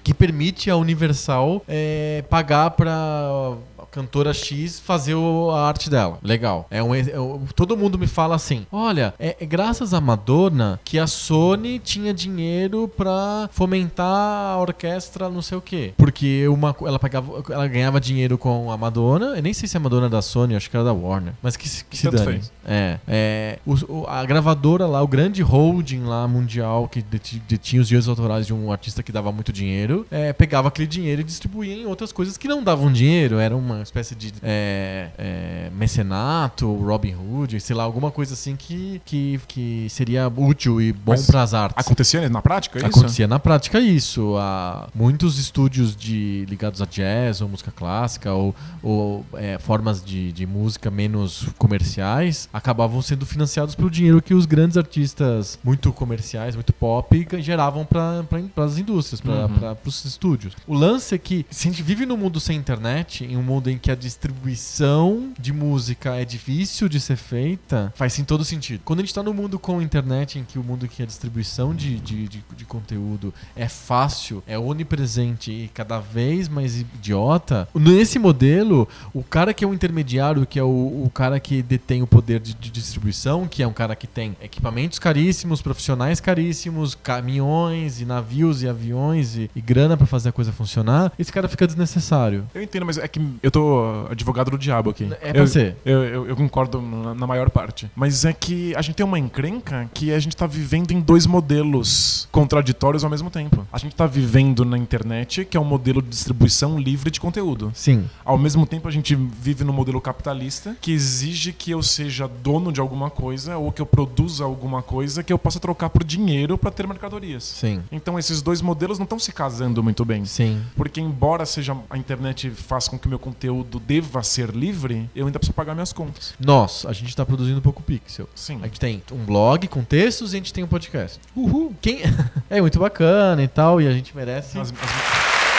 S1: que permite a Universal é, pagar pra cantora X fazer o- a arte dela. Legal. É um, ex- é um- todo mundo me fala assim, olha, é, é graças à Madonna que a Sony tinha dinheiro pra fomentar a orquestra não sei o quê. Porque uma, co- ela, pagava, ela ganhava dinheiro com a Madonna, eu nem sei se a Madonna é da Sony, acho que era da Warner, mas que, se- que se
S2: Tanto
S1: dane.
S2: fez.
S1: É, é os- o- a gravadora lá, o grande holding lá mundial que deti- detinha os direitos autorais de um artista que dava muito dinheiro, é, pegava aquele dinheiro e distribuía em outras coisas que não davam dinheiro, era uma espécie de é, é, mecenato, Robin Hood, sei lá, alguma coisa assim que, que, que seria útil e bom
S2: Mas
S1: para as artes.
S2: Acontecia na prática isso?
S1: Acontecia na prática isso. Há muitos estúdios de, ligados a jazz ou música clássica ou, ou, é, formas de, de música menos comerciais acabavam sendo financiados pelo dinheiro que os grandes artistas muito comerciais, muito pop, ga- geravam para as indústrias, para
S2: Uhum.
S1: os estúdios. O lance é que se a gente vive num mundo sem internet, em um mundo em que a distribuição de música é difícil de ser feita, faz sim todo sentido. Quando a gente tá no mundo com internet, em que o mundo que a distribuição de, de, de, de conteúdo é fácil, é onipresente e cada vez mais idiota, nesse modelo, o cara que é o intermediário, que é o, o cara que detém o poder de, de distribuição, que é um cara que tem equipamentos caríssimos, profissionais caríssimos, caminhões e navios e aviões e, e grana pra fazer a coisa funcionar, esse cara fica desnecessário.
S2: Eu entendo, mas é que eu tô advogado do diabo aqui.
S1: É pra
S2: eu,
S1: ser.
S2: Eu, eu- eu concordo na, na maior parte. Mas é que a gente tem uma encrenca que a gente tá vivendo em dois modelos contraditórios ao mesmo tempo. A gente tá vivendo na internet, que é um modelo de distribuição livre de conteúdo.
S1: Sim.
S2: Ao mesmo tempo, a gente vive num modelo capitalista que exige que eu seja dono de alguma coisa ou que eu produza alguma coisa que eu possa trocar por dinheiro pra ter mercadorias.
S1: Sim.
S2: Então, esses dois modelos não estão se casando muito bem.
S1: Sim.
S2: Porque embora seja a internet faça com que meu conteúdo deva ser livre, eu ainda preciso pagar minhas contas.
S1: Nós, a gente tá produzindo pouco pixel.
S2: Sim.
S1: A gente tem um blog com textos e a gente tem um podcast.
S2: Uhul.
S1: Quem... é muito bacana e tal, e a gente merece.
S2: As- as-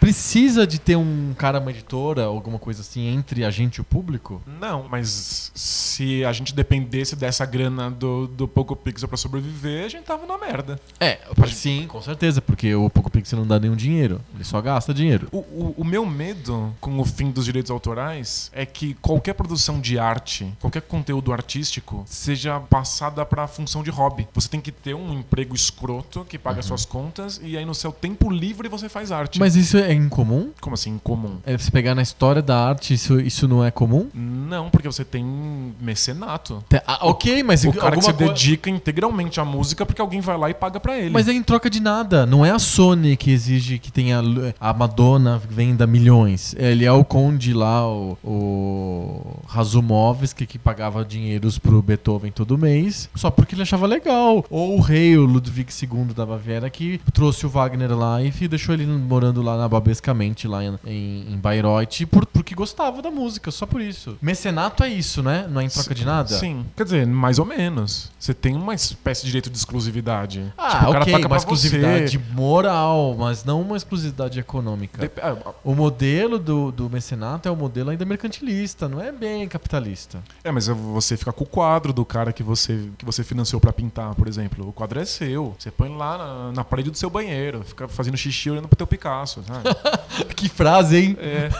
S1: Precisa de ter um cara, uma editora, alguma coisa assim, entre a gente e o público?
S2: Não, mas se a gente dependesse dessa grana do, do Poco Pixel pra sobreviver, a gente tava na merda.
S1: É, sim, com certeza, porque o Poco Pixel não dá nenhum dinheiro. Ele só gasta dinheiro.
S2: O, o- o meu medo com o fim dos direitos autorais é que qualquer produção de arte, qualquer conteúdo artístico, seja passada pra função de hobby. Você tem que ter um emprego escroto que paga suas contas e aí no seu tempo livre você faz arte.
S1: Mas isso é incomum?
S2: Como assim, comum?
S1: É, se pegar na história da arte, isso, isso não é comum?
S2: Não, porque você tem mecenato.
S1: Te- ah, ok, mas
S2: o cara que se
S1: alguma coisa.
S2: dedica integralmente à música porque alguém vai lá e paga pra ele.
S1: Mas é em troca de nada. Não é a Sony que exige que tenha lu- a Madonna venda milhões. Ele é o Conde lá, o, o Razumovski, que pagava dinheiros pro Beethoven todo mês, só porque ele achava legal. Ou o rei, o Ludwig II da Baviera, que trouxe o Wagner lá e fi- deixou ele morando lá na babescamente, lá em, em, em Bayreuth, por- porque gostava da música, só por isso. Mecenato é isso, né? Não é em troca de nada?
S2: Sim. Quer dizer, mais ou menos. Você tem uma espécie de direito de exclusividade.
S1: Ah,
S2: Tipo,
S1: ok,
S2: paga
S1: uma
S2: pra
S1: exclusividade
S2: você.
S1: moral, mas não uma exclusividade econômica.
S2: Dep- ah,
S1: O modelo do, do mecenato é o modelo ainda mercantilista, não é bem capitalista.
S2: É, mas você fica com o quadro do cara que você, que você financiou pra pintar, por exemplo. O quadro é seu. Você põe lá na, na parede do seu banheiro. Fica fazendo xixi olhando pro teu Picasso, sabe?
S1: que frase, hein?
S2: É.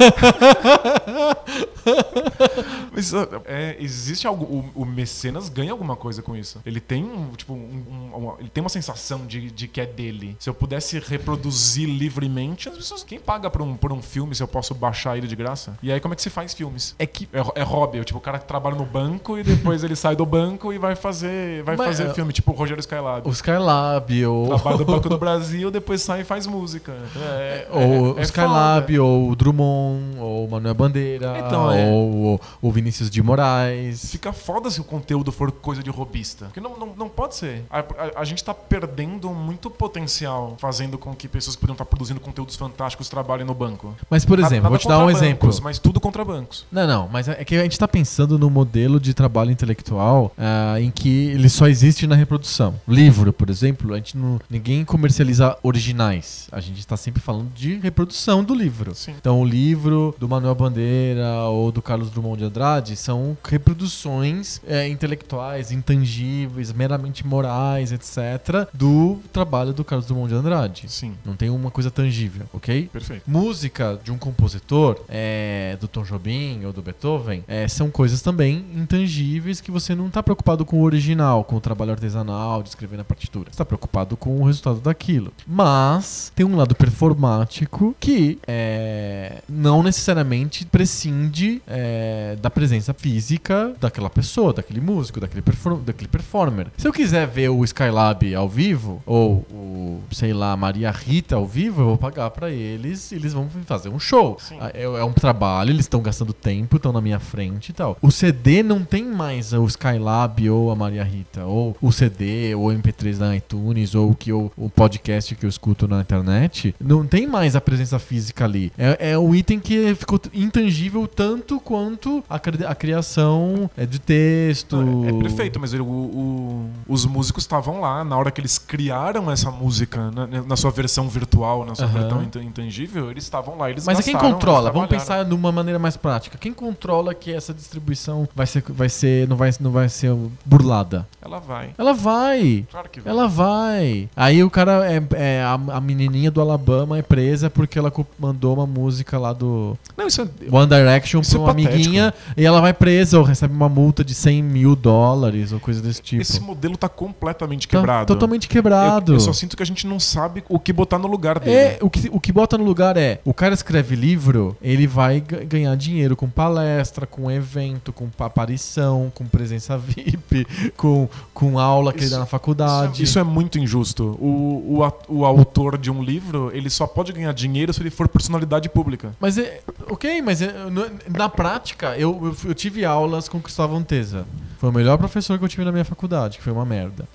S2: Mas ah, é, existe algo. O, o mecenas ganha alguma coisa com isso. Ele tem um, tipo, um- um- uma- ele tem uma sensação de, de que é dele. Se eu pudesse reproduzir livremente, as pessoas. Quem paga por um, por um filme se eu posso baixar ele de graça? E aí, como é que se faz filmes?
S1: É que.
S2: É, ro- é hobby, é, tipo, o cara que trabalha no banco e depois ele sai do banco e vai fazer, vai
S1: Mas,
S2: fazer
S1: ah,
S2: filme, tipo o Rogério Skylab.
S1: O Skylab ou.
S2: Trabalha no Banco do Brasil, depois sai e faz música. É, é-
S1: Ou
S2: é-
S1: o
S2: é
S1: Skylab, ou o Drummond, ou o Manuel Bandeira,
S2: Então, é.
S1: ou o- o Vinícius de Moraes.
S2: Fica foda se o conteúdo for coisa de robista. Porque não, não, não pode ser. A, a- a gente tá perdendo muito potencial fazendo com que pessoas que poderiam estar produzindo conteúdos fantásticos trabalhem no banco.
S1: Mas, por
S2: Na-
S1: exemplo,
S2: nada
S1: vou te dar um
S2: contra
S1: exemplo.
S2: bancos, Mas tudo contra bancos.
S1: Não, não, mas é que a gente tá pensando no modelo de trabalho intelectual ah, em que ele só existe na reprodução. Livro, por exemplo, a gente não, ninguém comercializa originais. A gente tá sempre falando de reprodução do livro.
S2: Sim.
S1: Então, o livro do Manuel Bandeira ou do Carlos Drummond de Andrade são reproduções eh, intelectuais, intangíveis, meramente morais, etc., do trabalho do Carlos Drummond de Andrade.
S2: Sim,
S1: Não tem uma coisa tangível, ok?
S2: perfeito.
S1: música de um compositor, é, do Tom Jobim ou do Beethoven, é, são coisas também intangíveis que você não está preocupado com o original, com o trabalho artesanal, de escrever na partitura. Você está preocupado com o resultado daquilo. Mas tem um lado performático que é, não necessariamente prescinde é, da presença física daquela pessoa, daquele músico, daquele, perfor- daquele performer. Se eu quiser ver o Skylab ao vivo, ou o, sei lá, Maria Rita ao vivo, eu vou pagar pra eles e eles vão fazer um show.
S2: Sim.
S1: Ah, É, é um trabalho, eles estão gastando tempo, estão na minha frente e tal. O CD não tem mais o Skylab ou a Maria Rita, ou o CD, ou o MP3 na iTunes, ou o que eu- o podcast que eu escuto na internet. Não tem mais a presença física ali. É, é um item que ficou t- intangível tanto quanto a, cri- a criação é, de texto.
S2: É, é perfeito, mas ele- o- o- os músicos estavam lá na hora que eles criaram essa música, na, na sua versão virtual, na sua
S1: Aham.
S2: versão inte- intangível, eles estavam lá, eles
S1: Mas é quem
S2: gastaram,
S1: controla?
S2: eles
S1: Vamos
S2: trabalharam.
S1: pensar numa maneira mais prática. Quem controla que essa distribuição vai ser, vai ser, não vai, não vai ser burlada?
S2: Ela vai.
S1: Ela vai.
S2: Claro que vai.
S1: Ela vai. Aí o cara é, é- a, a menininha do Alabama é presa porque ela co- mandou uma música lá do
S2: Não, isso é,
S1: One Direction
S2: Isso
S1: pra
S2: é
S1: uma
S2: patético.
S1: amiguinha e ela vai presa ou recebe uma multa de 100 mil dólares ou coisa desse tipo.
S2: Esse modelo tá completamente
S1: Tá
S2: quebrado.
S1: totalmente
S2: Eu,
S1: quebrado.
S2: eu só né? sinto que a gente não sabe o que botar no lugar dele.
S1: É, o que, o que bota no lugar é, o cara escreve livro, ele vai ga- ganhar dinheiro com palestra, com evento, com pa- aparição, com presença VIP, com, com aula que ele
S2: Isso-
S1: dá na faculdade.
S2: Isso é muito injusto. O, o, a- o autor de um livro, ele só pode ganhar dinheiro se ele for personalidade pública.
S1: Mas é. Ok, mas é- no- na prática, eu, eu, fui- eu tive aulas com Cristóvão Teza. Foi o melhor professor que eu tive na minha faculdade, que foi uma merda.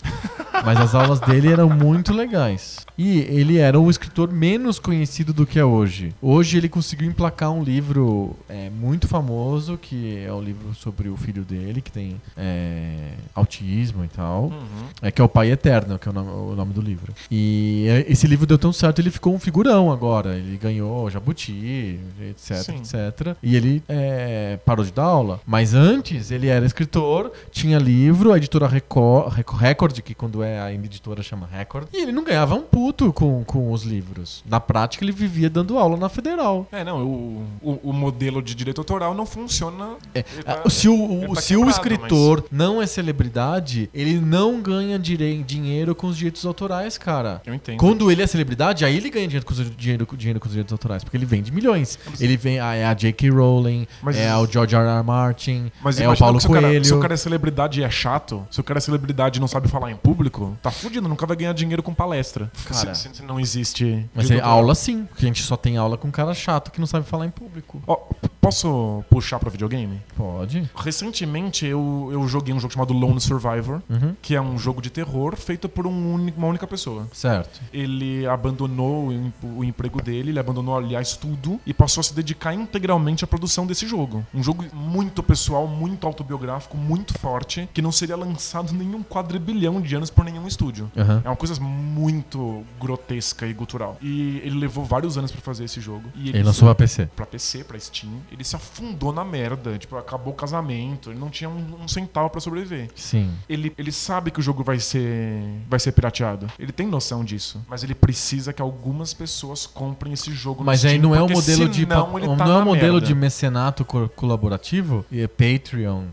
S1: Mas as aulas dele eram muito legais. E ele era um escritor menos conhecido do que é hoje. Hoje ele conseguiu emplacar um livro é, muito famoso, que é o livro sobre o filho dele, que tem é, autismo e tal. É que é o Pai Eterno, que é o nome, o nome do livro. E é, esse livro deu tão certo, ele ficou um figurão agora. Ele ganhou Jabuti, etc,
S2: Sim.
S1: etc. E ele é, parou de dar aula. Mas antes, ele era escritor, tinha livro, a editora Record, Record que quando é a editora chama Record. E ele não ganhava um puto com, com os livros. Na prática, ele vivia dando aula na Federal.
S2: É, não, o, o, o modelo de direito autoral não funciona. Ele tá-
S1: Ah, Se o,
S2: ele
S1: o-
S2: tá
S1: se o
S2: quebrado,
S1: escritor não é celebridade, ele não ganha direi- dinheiro com os direitos autorais, cara.
S2: Eu entendo.
S1: Quando ele é celebridade, aí ele ganha dinheiro com os, dinheiro, dinheiro com os direitos autorais, porque ele vende milhões. Ele vem, ah, é a J.K. Rowling,
S2: assim? Mas-
S1: é o George R. R. Martin,
S2: Mas
S1: é o
S2: imagina
S1: Paulo
S2: que se o, cara,
S1: Coelho.
S2: se o cara é celebridade e é chato, se o cara é celebridade e não sabe falar em público, tá fudido, nunca vai ganhar dinheiro com palestra.
S1: Cara.
S2: Se, se- se não existe.
S1: Mas é
S2: direito autoral.
S1: aula sim, porque a gente só tem aula com um cara chato que não sabe falar em público.
S2: Ó, posso puxar pra videogame?
S1: Pode.
S2: Recentemente eu, eu joguei um jogo chamado Lone Survivor,
S1: Uhum.
S2: que é um jogo de terror feito por um único- uma única pessoa.
S1: Certo.
S2: Ele abandonou o em- o emprego dele, ele abandonou, aliás, tudo e passou a se dedicar integralmente à produção desse jogo. Um jogo muito pessoal, muito autobiográfico, muito forte, que não seria lançado nenhum quadrilhão de anos por nenhum estúdio.
S1: Aham.
S2: É uma coisa muito grotesca e gutural. E ele levou vários anos pra fazer esse jogo. E
S1: Ele lançou pra PC.
S2: pra PC, pra Steam, ele se afundou na merda. Tipo, acabou o casamento, ele não tinha um, um centavo pra sobreviver.
S1: Sim.
S2: Ele, ele sabe que o jogo vai ser vai ser pirateado. Ele tem noção disso. Mas ele precisa que algumas pessoas comprem esse jogo
S1: Mas
S2: no
S1: aí
S2: Steam.
S1: não é um
S2: porque
S1: modelo de
S2: senão
S1: pa-
S2: ele
S1: não,
S2: tá
S1: é
S2: na
S1: um modelo
S2: merda.
S1: de mecenato co- colaborativo, e é Patreon,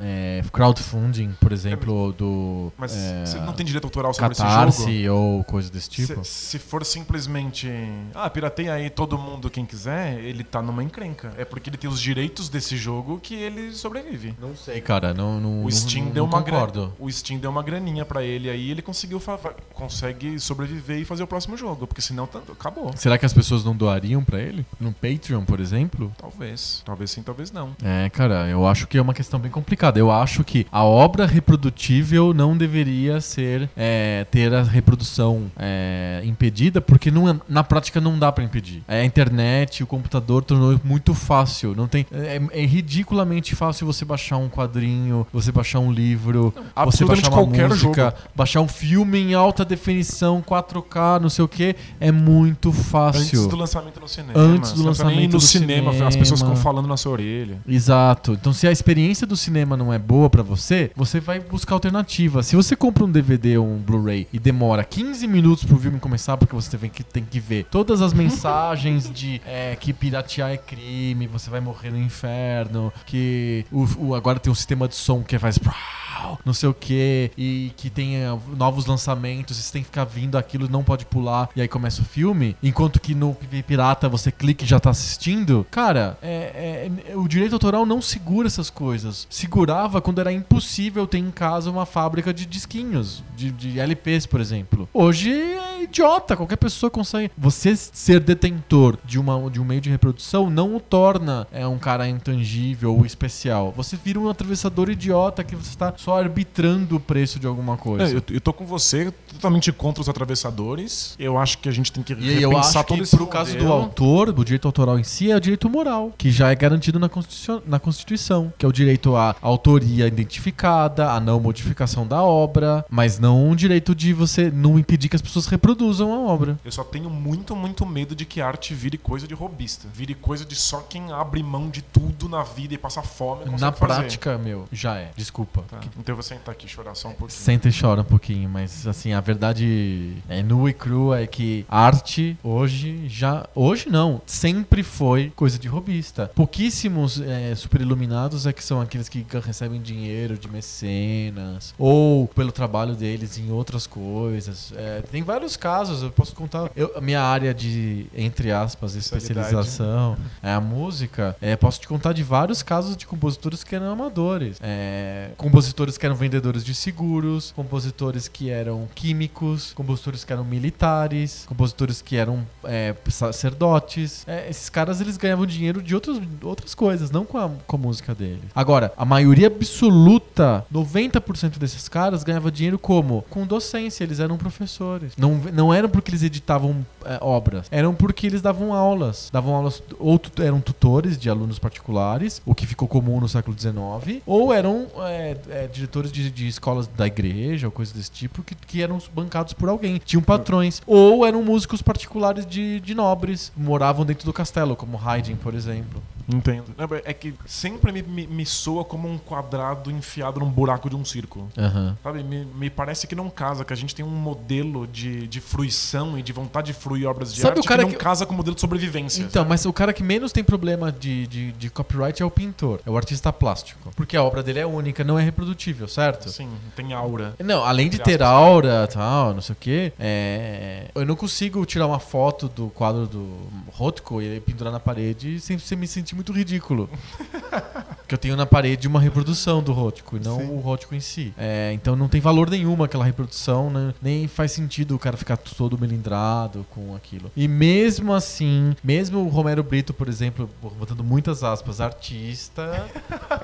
S1: é, é, crowdfunding, por exemplo, do
S2: É, Mas
S1: é,
S2: você não tem direito autoral sobre esse jogo?
S1: Catarse ou coisa desse tipo.
S2: Se, se for simplesmente, ah, pirateia aí todo mundo quem quiser, ele tá numa encrenca. É porque ele tem os direitos desse jogo que ele sobrevive.
S1: Não sei, cara, não, não,
S2: O
S1: não,
S2: Steam
S1: não,
S2: deu uma
S1: concordo.
S2: grana, O Steam deu uma graninha pra ele aí, ele conseguiu fa- fa- consegue sobreviver e fazer o próximo jogo, porque senão tá- acabou.
S1: Será que as pessoas não doariam pra ele? No Patreon, por exemplo?
S2: Talvez, talvez sim, talvez não.
S1: É, cara, eu acho que é uma questão bem complicada. Eu acho que a obra reprodutível não deveria ser é, ter a reprodução é, impedida, porque não é- na prática não dá pra impedir. É, A internet, o computador tornou muito fácil. Não tem é, é ridiculamente fácil você baixar um quadrinho, você baixar um livro, você
S2: absolutamente
S1: baixar uma
S2: Ah, qualquer
S1: música, baixar um filme em alta definição, 4K, não sei o que. É muito fácil.
S2: Antes do lançamento no cinema.
S1: Antes do
S2: Você não precisa nem ir
S1: lançamento
S2: no
S1: do
S2: cinema, as pessoas
S1: cinema.
S2: ficam falando na sua orelha.
S1: Exato. Então, se a experiência do cinema não é boa pra você, você vai buscar alternativa. Se você compra um DVD ou um Blu-ray e demora 15 minutos pro filme começar, porque você tem que, tem que ver todas as mensagens de é, que piratear é crime, você vai morrer no inferno, que o, o- agora tem um sistema de som que faz prau, não sei o que, e que tem é, novos lançamentos, e você tem que ficar vindo aquilo, não pode pular, e aí começa o filme, enquanto que no P- Pirata você clica e já tá assistindo. Cara, é- é- o direito autoral não segura essas coisas. Segurava quando era impossível ter em casa uma fábrica de disquinhos, de, de LPs, por exemplo. Hoje é idiota, qualquer pessoa consegue. Você ser detentor de, uma, de um meio de reprodução não o torna é, um cara intangível ou especial. Você vira um atravessador idiota que você tá só só arbitrando o preço de alguma coisa.
S2: É, eu, eu tô com você, totalmente contra os atravessadores. Eu acho que a gente tem que
S1: E aí eu acho que pro caso do
S2: modelo.
S1: autor, do direito autoral em si, é o direito moral, que já é garantido na Constituição, na Constituição, que é o direito à autoria identificada, à não modificação da obra, mas não um direito de você não impedir que as pessoas reproduzam a obra.
S2: Eu só tenho muito, muito medo de que a arte vire coisa de robista. Vire coisa de só quem abre mão de tudo na vida e passa fome. consegue
S1: Na
S2: fazer.
S1: prática, meu, já é. Desculpa.
S2: Tá, Então eu vou sentar aqui e chorar só um pouquinho.
S1: Senta e chora um pouquinho, mas assim, a verdade é nua e crua é que arte hoje já. Hoje não, sempre foi coisa de robista. Pouquíssimos é, superiluminados é que são aqueles que ga- recebem dinheiro de mecenas ou pelo trabalho deles em outras coisas. É, tem vários casos, eu posso contar. Eu, a minha área de, entre aspas, especialização é a música. É, posso te contar de vários casos de compositores que eram amadores. É, compositores que eram vendedores de seguros, compositores que eram químicos, compositores que eram militares, compositores que eram é, sacerdotes. É, esses caras eles ganhavam dinheiro de outros, outras coisas, não com a, com a música dele. Agora, a maioria absoluta, 90% desses caras ganhava dinheiro como? Com docência, eles eram professores. Não, não eram porque eles editavam é, obras, eram porque eles davam aulas. Davam aulas, ou tu- eram tutores de alunos particulares, o que ficou comum no século XIX, ou eram é, é, diretores de, de escolas da igreja, ou coisas desse tipo, que, que eram bancados por alguém, tinham patrões, ou eram músicos particulares de, de nobres, moravam dentro do castelo, como Haydn, por exemplo.
S2: Entendo. Não, É que sempre me, me, me soa como um quadrado enfiado num buraco de um círculo.
S1: Aham.
S2: Sabe, me, me parece que não casa, que a gente tem um modelo de, de fruição e de vontade de fruir obras de
S1: Sabe
S2: arte
S1: o cara
S2: que não
S1: que-
S2: casa com o modelo de sobrevivência.
S1: Então, mas o cara que menos tem problema de, de, de copyright é o pintor, é o artista plástico. Porque a obra dele é única, não é reprodutível, certo?
S2: Sim, tem aura.
S1: Não, além de ter aura tal, não sei o que, eu não consigo tirar uma foto do quadro do Rothko e pendurar na parede sem, sem me sentir muito ridículo. Porque eu tenho na parede uma reprodução do Rothko e não
S2: Sim.
S1: o Rothko em si. É, então não tem valor nenhum aquela reprodução, né? nem faz sentido o cara ficar todo melindrado com aquilo. E mesmo assim, mesmo o Romero Brito, por exemplo, botando muitas aspas, artista,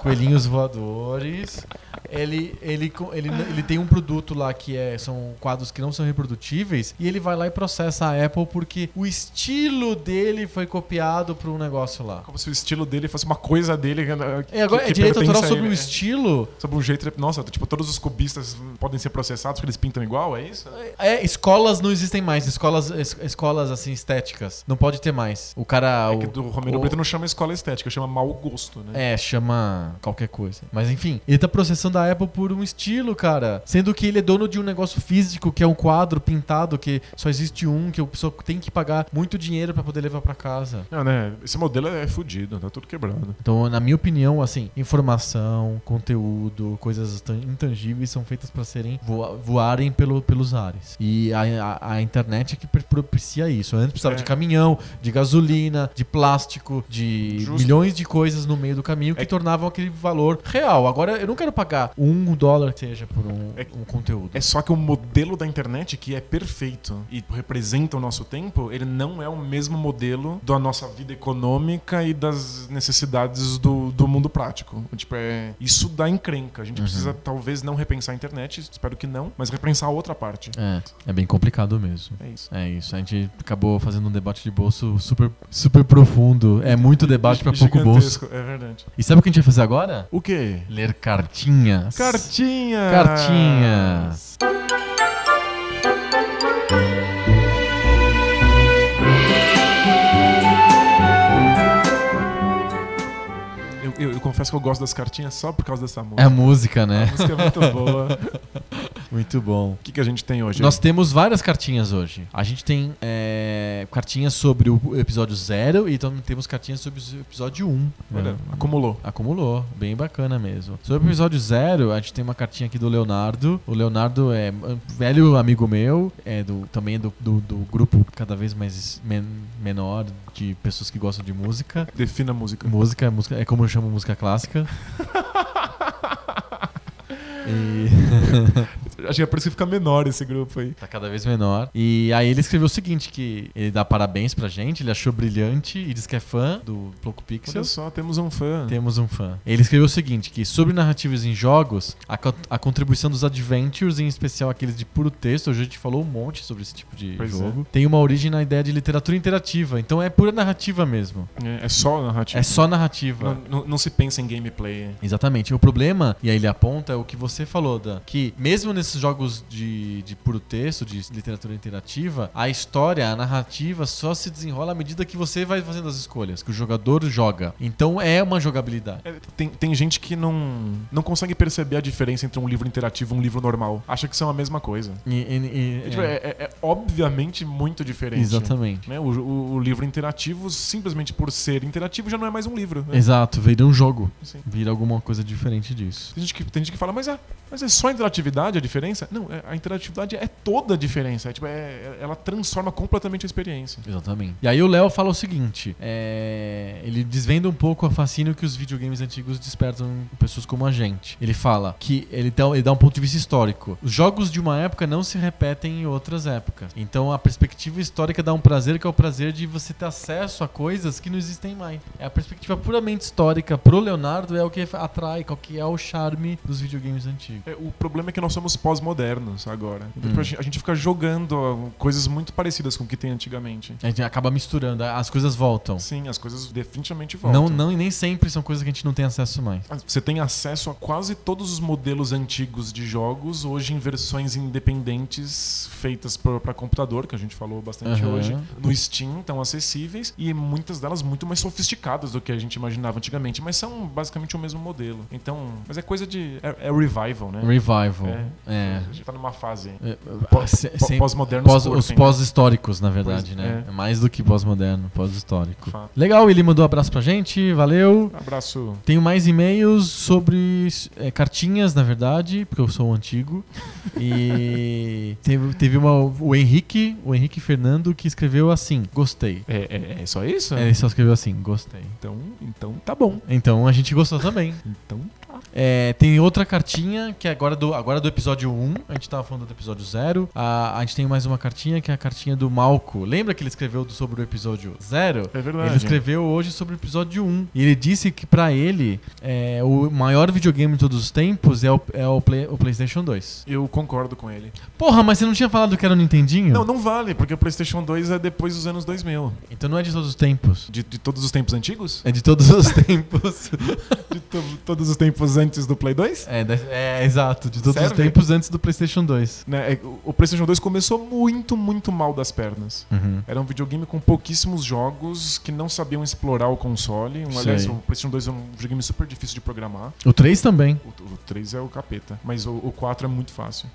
S1: coelhinhos voadores, ele, ele, co- ele, n- ele tem um produto lá que é, são quadros que não são reprodutíveis e ele vai lá e processa a Apple porque o estilo dele foi copiado por um negócio lá.
S2: Como se o estilo dele fosse uma coisa dele. que-
S1: É, agora,
S2: que
S1: é direito
S2: pertence
S1: autoral
S2: a
S1: sobre
S2: ele,
S1: o
S2: é.
S1: estilo
S2: Sobre um jeito. Nossa, tipo, todos os cubistas podem ser processados porque eles pintam igual, é isso?
S1: É, escolas não existem mais, escolas, es- escolas assim estéticas. Não pode ter mais. O cara.
S2: é que
S1: o-
S2: do Romero
S1: o-
S2: Brito não chama escola estética, chama mau gosto, né?
S1: É, chama qualquer coisa. Mas enfim, ele tá processando a Apple por um estilo, cara. Sendo que ele é dono de um negócio físico, que é um quadro pintado, que só existe um, que o pessoa tem que pagar muito dinheiro pra poder levar pra casa.
S2: Não, né? Esse modelo é fudido, tá tudo quebrado.
S1: Então, na minha opinião, assim, informação, conteúdo, coisas tan- intangíveis são feitas para serem voa- voarem pelo, pelos ares. E a, a, a internet é que per- propicia isso. Antes precisava
S2: É.
S1: de caminhão, de gasolina, de plástico, de
S2: Justo.
S1: milhões de coisas no meio do caminho que
S2: É-
S1: tornavam aquele valor real. Agora, eu não quero pagar um dólar que seja por um,
S2: É-
S1: um conteúdo.
S2: É só que o modelo da internet, que é perfeito e representa o nosso tempo, ele não é o mesmo modelo da nossa vida econômica e das necessidades do, do mundo prático. Tipo, é, isso dá encrenca. A gente precisa, talvez, não repensar a internet, espero que não, mas repensar a outra parte.
S1: É, é bem complicado mesmo.
S2: É isso.
S1: É isso, a gente acabou fazendo um debate de bolso super, super profundo. É muito debate pra pouco bolso.
S2: Gigantesco, É verdade.
S1: E sabe o que a gente vai fazer agora?
S2: O quê?
S1: Ler cartinhas.
S2: Cartinhas!
S1: Cartinhas.
S2: Eu, eu- eu confesso que eu gosto das cartinhas só por causa dessa
S1: É
S2: música.
S1: a música,
S2: A
S1: né?
S2: música é muito boa.
S1: Muito bom.
S2: O que, que a gente tem hoje?
S1: Nós temos várias cartinhas hoje. A gente tem é, cartinhas sobre o episódio 0 e também temos cartinhas sobre o episódio 1. Um,
S2: Olha,
S1: né?
S2: acumulou.
S1: Acumulou, bem bacana mesmo. Sobre o episódio zero, a gente tem uma cartinha aqui do Leonardo. O Leonardo é um velho amigo meu, é do, também é do, do, do grupo cada vez mais men- menor de pessoas que gostam de música.
S2: Defina a música.
S1: Música, música é como eu chamo música clássica. E-
S2: Acho que é por isso que fica menor esse grupo aí.
S1: Tá cada vez menor. E aí ele escreveu o seguinte: que ele dá parabéns pra gente, ele achou brilhante e diz que é fã do Poco
S2: Olha
S1: Pixel.
S2: só, temos um fã.
S1: Temos um fã. Ele escreveu o seguinte: que sobre narrativas em jogos, a, co- a contribuição dos adventures, em especial aqueles de puro texto, hoje a gente falou um monte sobre esse tipo de
S2: Pois é.
S1: jogo, tem uma origem na ideia de literatura interativa. Então é pura narrativa mesmo.
S2: É, é só narrativa.
S1: É só narrativa.
S2: Não, não- não se pensa em gameplay.
S1: Exatamente. O problema, e aí ele aponta, é o que você falou, Dan, que mesmo nesses jogos de, de puro texto, de literatura interativa, a história, a narrativa só se desenrola à medida que você vai fazendo as escolhas, que o jogador joga. Então é uma jogabilidade.
S2: É, tem, tem gente que não, não consegue perceber a diferença entre um livro interativo e um livro normal. Acha que são a mesma coisa.
S1: E- e-
S2: É,
S1: e-
S2: tipo,
S1: é.
S2: é- é- é obviamente muito diferente.
S1: Exatamente.
S2: Né? O, o- o livro interativo, simplesmente por ser interativo, já não é mais um livro. né?
S1: Exato, vira um jogo.
S2: Assim.
S1: Vira alguma coisa diferente disso.
S2: Tem gente que, tem gente que fala, mas é, mas é só interatividade a diferença? Não, é- a interatividade é toda a diferença. É, tipo, é- é- ela transforma completamente a experiência.
S1: Exatamente. E aí o Léo fala o seguinte: é, ele desvenda um pouco o fascínio que os videogames antigos despertam em pessoas como a gente. Ele fala que ele dá, ele dá um ponto de vista histórico. Os jogos de uma época não se repetem em outras épocas. Então a perspectiva histórica dá um prazer que é o prazer de você ter acesso a coisas que não existem mais. É a perspectiva puramente histórica pro Leonardo é o que atrai, qual que é o charme dos videogames antigos.
S2: É, o problema é que nós somos pós-modernos agora.
S1: Hum.
S2: Então, tipo, a gente- a gente fica jogando ó, coisas muito parecidas com o que tem antigamente.
S1: A gente acaba misturando, as coisas voltam.
S2: Sim, as coisas definitivamente voltam.
S1: Não, não, e nem sempre são coisas que a gente não tem acesso mais.
S2: Você tem acesso a quase todos os modelos antigos de jogos, hoje em versões independentes feitas para computador, que a gente falou bastante
S1: Aham.
S2: hoje, no Steam, tão acessíveis, e muitas delas muito mais sofisticadas do que a gente imaginava antigamente, mas são basicamente o mesmo modelo. Então, mas é coisa de. É, é revival, né?
S1: Revival.
S2: É.
S1: É.
S2: A gente tá numa fase.
S1: É,
S2: Pó-
S1: se-
S2: pó-
S1: sempre-
S2: Pós-modernos
S1: pós- os
S2: curtem. né?
S1: pós-históricos, na verdade,
S2: assim, Pois-
S1: né?
S2: é.
S1: É. Mais do que pós-moderno, pós-histórico.
S2: Fato. Um
S1: Legal, ele mandou um abraço pra gente, valeu.
S2: Abraço.
S1: Tenho mais e-mails sobre é, cartinhas, na verdade, porque eu sou um antigo. E teve, teve uma, o Henrique, o Henrique Fernando, que escreveu assim: gostei.
S2: É, é- é só isso?
S1: Ele só escreveu assim: gostei.
S2: Então, então tá bom.
S1: Então a gente gostou também.
S2: Então tá.
S1: É, tem outra cartinha que é agora do, agora do episódio 1. A gente tava falando do episódio 0. A, a gente tem mais uma cartinha que é a cartinha do Malco. Lembra que ele escreveu do- sobre o episódio 0?
S2: É verdade.
S1: Ele escreveu hoje sobre o episódio 1. E ele disse que pra ele, é, o maior videogame de todos os tempos é o, é o, Play- o PlayStation 2.
S2: Eu concordo com ele.
S1: Porra, mas você não tinha falado que era o Nintendinho?
S2: Não, não vale, porque o PlayStation 2 é depois dos anos 2000.
S1: Então não é de todos os tempos.
S2: De, de todos os tempos antigos?
S1: É de todos os tempos.
S2: De to- todos os tempos antes do Play 2?
S1: é, da- é, exato. De todos
S2: Sério,
S1: os
S2: velho?
S1: tempos antes do PlayStation 2.
S2: Né, é, o- o PlayStation 2 começou muito, muito mal das pernas.
S1: Uhum.
S2: Era um videogame com pouquíssimos jogos que não sabiam explorar o console. Um,
S1: Sei.
S2: aliás, o PlayStation 2 é um videogame super difícil de programar.
S1: O 3 também.
S2: O, o 3 é o capeta, mas o, o 4 é muito fácil.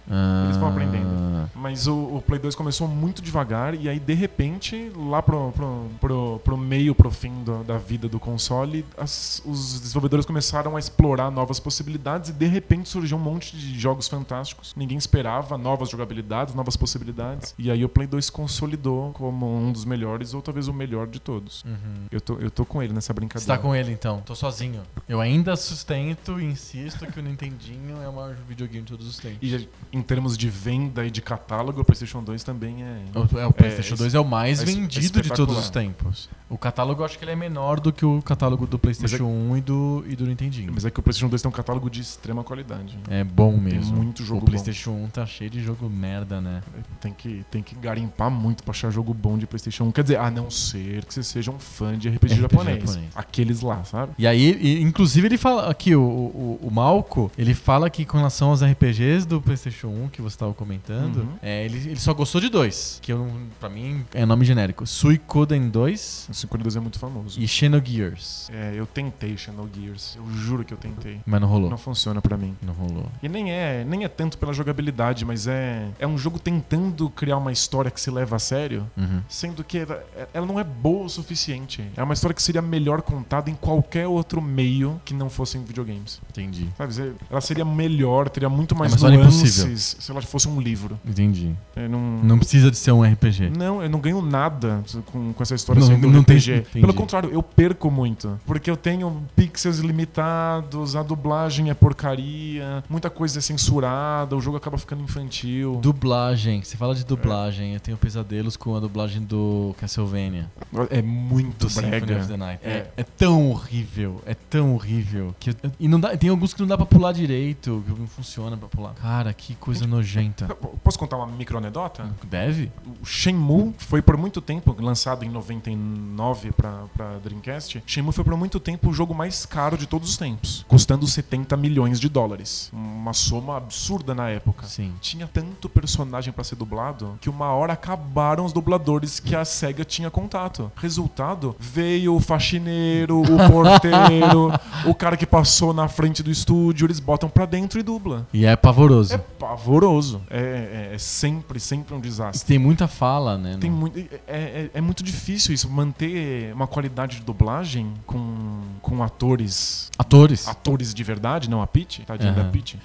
S1: Eles
S2: vão
S1: Ah.
S2: aprendendo. Mas o, o Play 2 começou muito devagar e aí, de repente, lá pro, pro, pro, pro meio, pro fim do- da vida do console, as- os desenvolvedores começaram a explorar novas possibilidades e, de repente, surgiu um monte de jogos fantásticos. Ninguém esperava novas jogabilidades, novas possibilidades. E aí o Play 2 consolidou como um dos melhores ou talvez o melhor de todos.
S1: Uhum.
S2: Eu tô, eu tô com ele nessa brincadeira.
S1: Você tá com ele então? Tô sozinho. Eu ainda sustento e insisto que o Nintendinho é o maior videogame de todos os tempos.
S2: E em termos de venda e de catálogo, o PlayStation 2 também é...
S1: O, é, o PlayStation
S2: é,
S1: 2 é o mais
S2: é es-
S1: vendido de todos os
S2: espetacular.
S1: tempos. O catálogo eu acho que ele é menor do que o catálogo do PlayStation 1 e do, e do Nintendinho.
S2: é Mas é que o PlayStation 2 tem um catálogo de extrema qualidade. né?
S1: É bom
S2: Tem
S1: mesmo.
S2: muito jogo
S1: o PlayStation 1 tá cheio de jogo merda, né?
S2: bom. Tem que, tem que garimpar muito pra achar jogo bom de PlayStation 1. Quer dizer, a não ser que você seja um fã de RPG,
S1: RPG
S2: japonês.
S1: japonês. É.
S2: Aqueles lá, sabe?
S1: E aí, e, inclusive, ele fala aqui, o, o, o Malco, ele fala que com relação aos RPGs do PlayStation 1 que você tava comentando,
S2: Uhum.
S1: é, ele, ele só gostou de dois, que eu, não- pra mim é nome genérico: Suikoden 2
S2: O 52 é muito famoso.
S1: e Xenogears.
S2: É, eu tentei Shadow Gears. Eu juro que eu tentei.
S1: Mas não rolou.
S2: Não funciona pra mim.
S1: Não rolou.
S2: E nem é, nem é tanto pela jogabilidade, mas é, é um jogo tentando criar uma história que se leva a sério.
S1: Uhum.
S2: Sendo que ela, ela não é boa o suficiente. É uma história que seria melhor contada em qualquer outro meio que não fosse em videogames.
S1: Entendi.
S2: Sabe, você- ela seria melhor, teria muito mais
S1: É, mas olha, impossível.
S2: nuances se ela fosse um livro.
S1: Entendi.
S2: Eu não,
S1: Não precisa de ser um RPG.
S2: não, eu não ganho nada com, com essa história
S1: Não-
S2: sendo um
S1: não tem-
S2: RPG.
S1: entendi.
S2: Pelo contrário, eu perco muito. Porque eu tenho pixels limitados, a dublagem é porcaria, muita coisa é censurada, o jogo acaba ficando infantil.
S1: Dublagem, você fala de dublagem, eu tenho pesadelos com a dublagem do Castlevania,
S2: É muito
S1: do Symphony of
S2: brega.
S1: the Night. É.
S2: É.
S1: é tão horrível, é tão horrível que eu- e não dá, tem alguns que não dá pra pular direito, que não funciona pra pular. Cara, que coisa nojenta.
S2: Posso contar uma microanedota?
S1: Deve?
S2: O Shenmue foi por muito tempo, lançado em 99 pra, pra Dreamcast, Shenmue foi por muito tempo o jogo mais caro de todos os tempos, custando 70 milhões de dólares. Uma soma absurda na época.
S1: Sim.
S2: Tinha tanto personagem pra ser dublado que uma hora acabaram os dubladores que a SEGA tinha contato. Resultado, veio o faxineiro, o porteiro, o cara que passou na frente do estúdio, eles botam pra dentro e dubla.
S1: E é pavoroso.
S2: É pavoroso. É, é- é sempre, sempre um desastre.
S1: Tem muita fala, né?
S2: Tem
S1: no-
S2: muito, é, é, é muito difícil isso, manter uma qualidade de dublagem com, com atores.
S1: Atores.
S2: Atores de verdade, não a Pete, tadinha
S1: Aham.
S2: da Pete.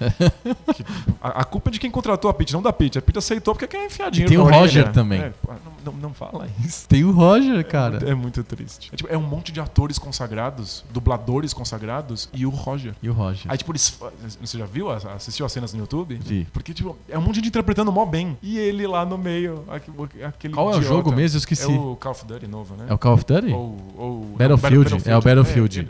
S2: Que- a, a culpa é de quem contratou a Pete, não da Pete. A Pete aceitou porque quer enfiar dinheiro
S1: tem
S2: na
S1: o
S2: orelha.
S1: Roger também.
S2: É, pô, não, não, não fala isso.
S1: Tem o Roger,
S2: É
S1: cara.
S2: muito, é muito triste. É, tipo, é um monte de atores consagrados, dubladores consagrados e o Roger.
S1: E o Roger.
S2: Aí, tipo, eles. fa- Você já viu? as- Assistiu as cenas no YouTube?
S1: Vi.
S2: Porque, tipo, é um monte de gente interpretando mó bem. E ele lá no meio, aqu- aquele.
S1: Qual é o
S2: idiota.
S1: jogo mesmo? Eu esqueci.
S2: É o Call of Duty novo, né?
S1: É o Call of Duty?
S2: Ou, ou- não,
S1: Battlefield. É o Battlefield.
S2: É,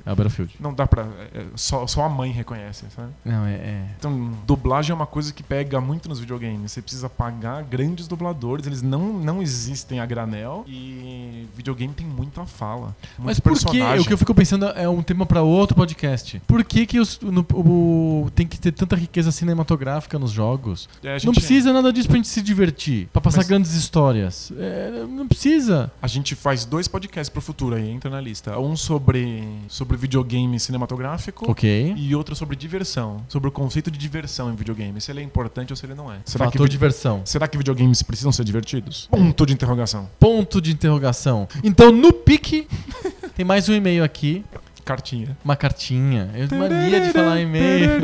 S1: É, o Battlefield.
S2: ele- não dá pra. é- é- só, só a mãe reconhece, sabe?
S1: Não, é. é.
S2: Então, dublagem é uma coisa que pega muito nos videogames. Você precisa pagar grandes dubladores, eles não, não existem a granel. E videogame tem muita fala. Muito
S1: Mas por que?
S2: personagem.
S1: O que eu fico pensando é um tema pra outro podcast. Por que que os- no- o- tem que ter tanta riqueza cinematográfica nos jogos?
S2: É, a
S1: Não
S2: gente-
S1: precisa nada disso pra gente se divertir, pra passar
S2: Mas-
S1: grandes histórias. É, não precisa.
S2: A gente faz dois podcasts pro futuro aí, entra na lista. Um sobre, sobre videogame cinematográfico
S1: Ok.
S2: e outro sobre diversão. Sobre o conceito de diversão em videogame. Se ele é importante ou se ele não é. Será, que,
S1: Fator
S2: vide-
S1: diversão.
S2: será que videogames precisam ser divertidos? Ponto de interrogação.
S1: Ponto de interrogação. Então, no pique, tem mais um e-mail aqui.
S2: Cartinha.
S1: Uma cartinha. Eu tenho mania de falar e-mail.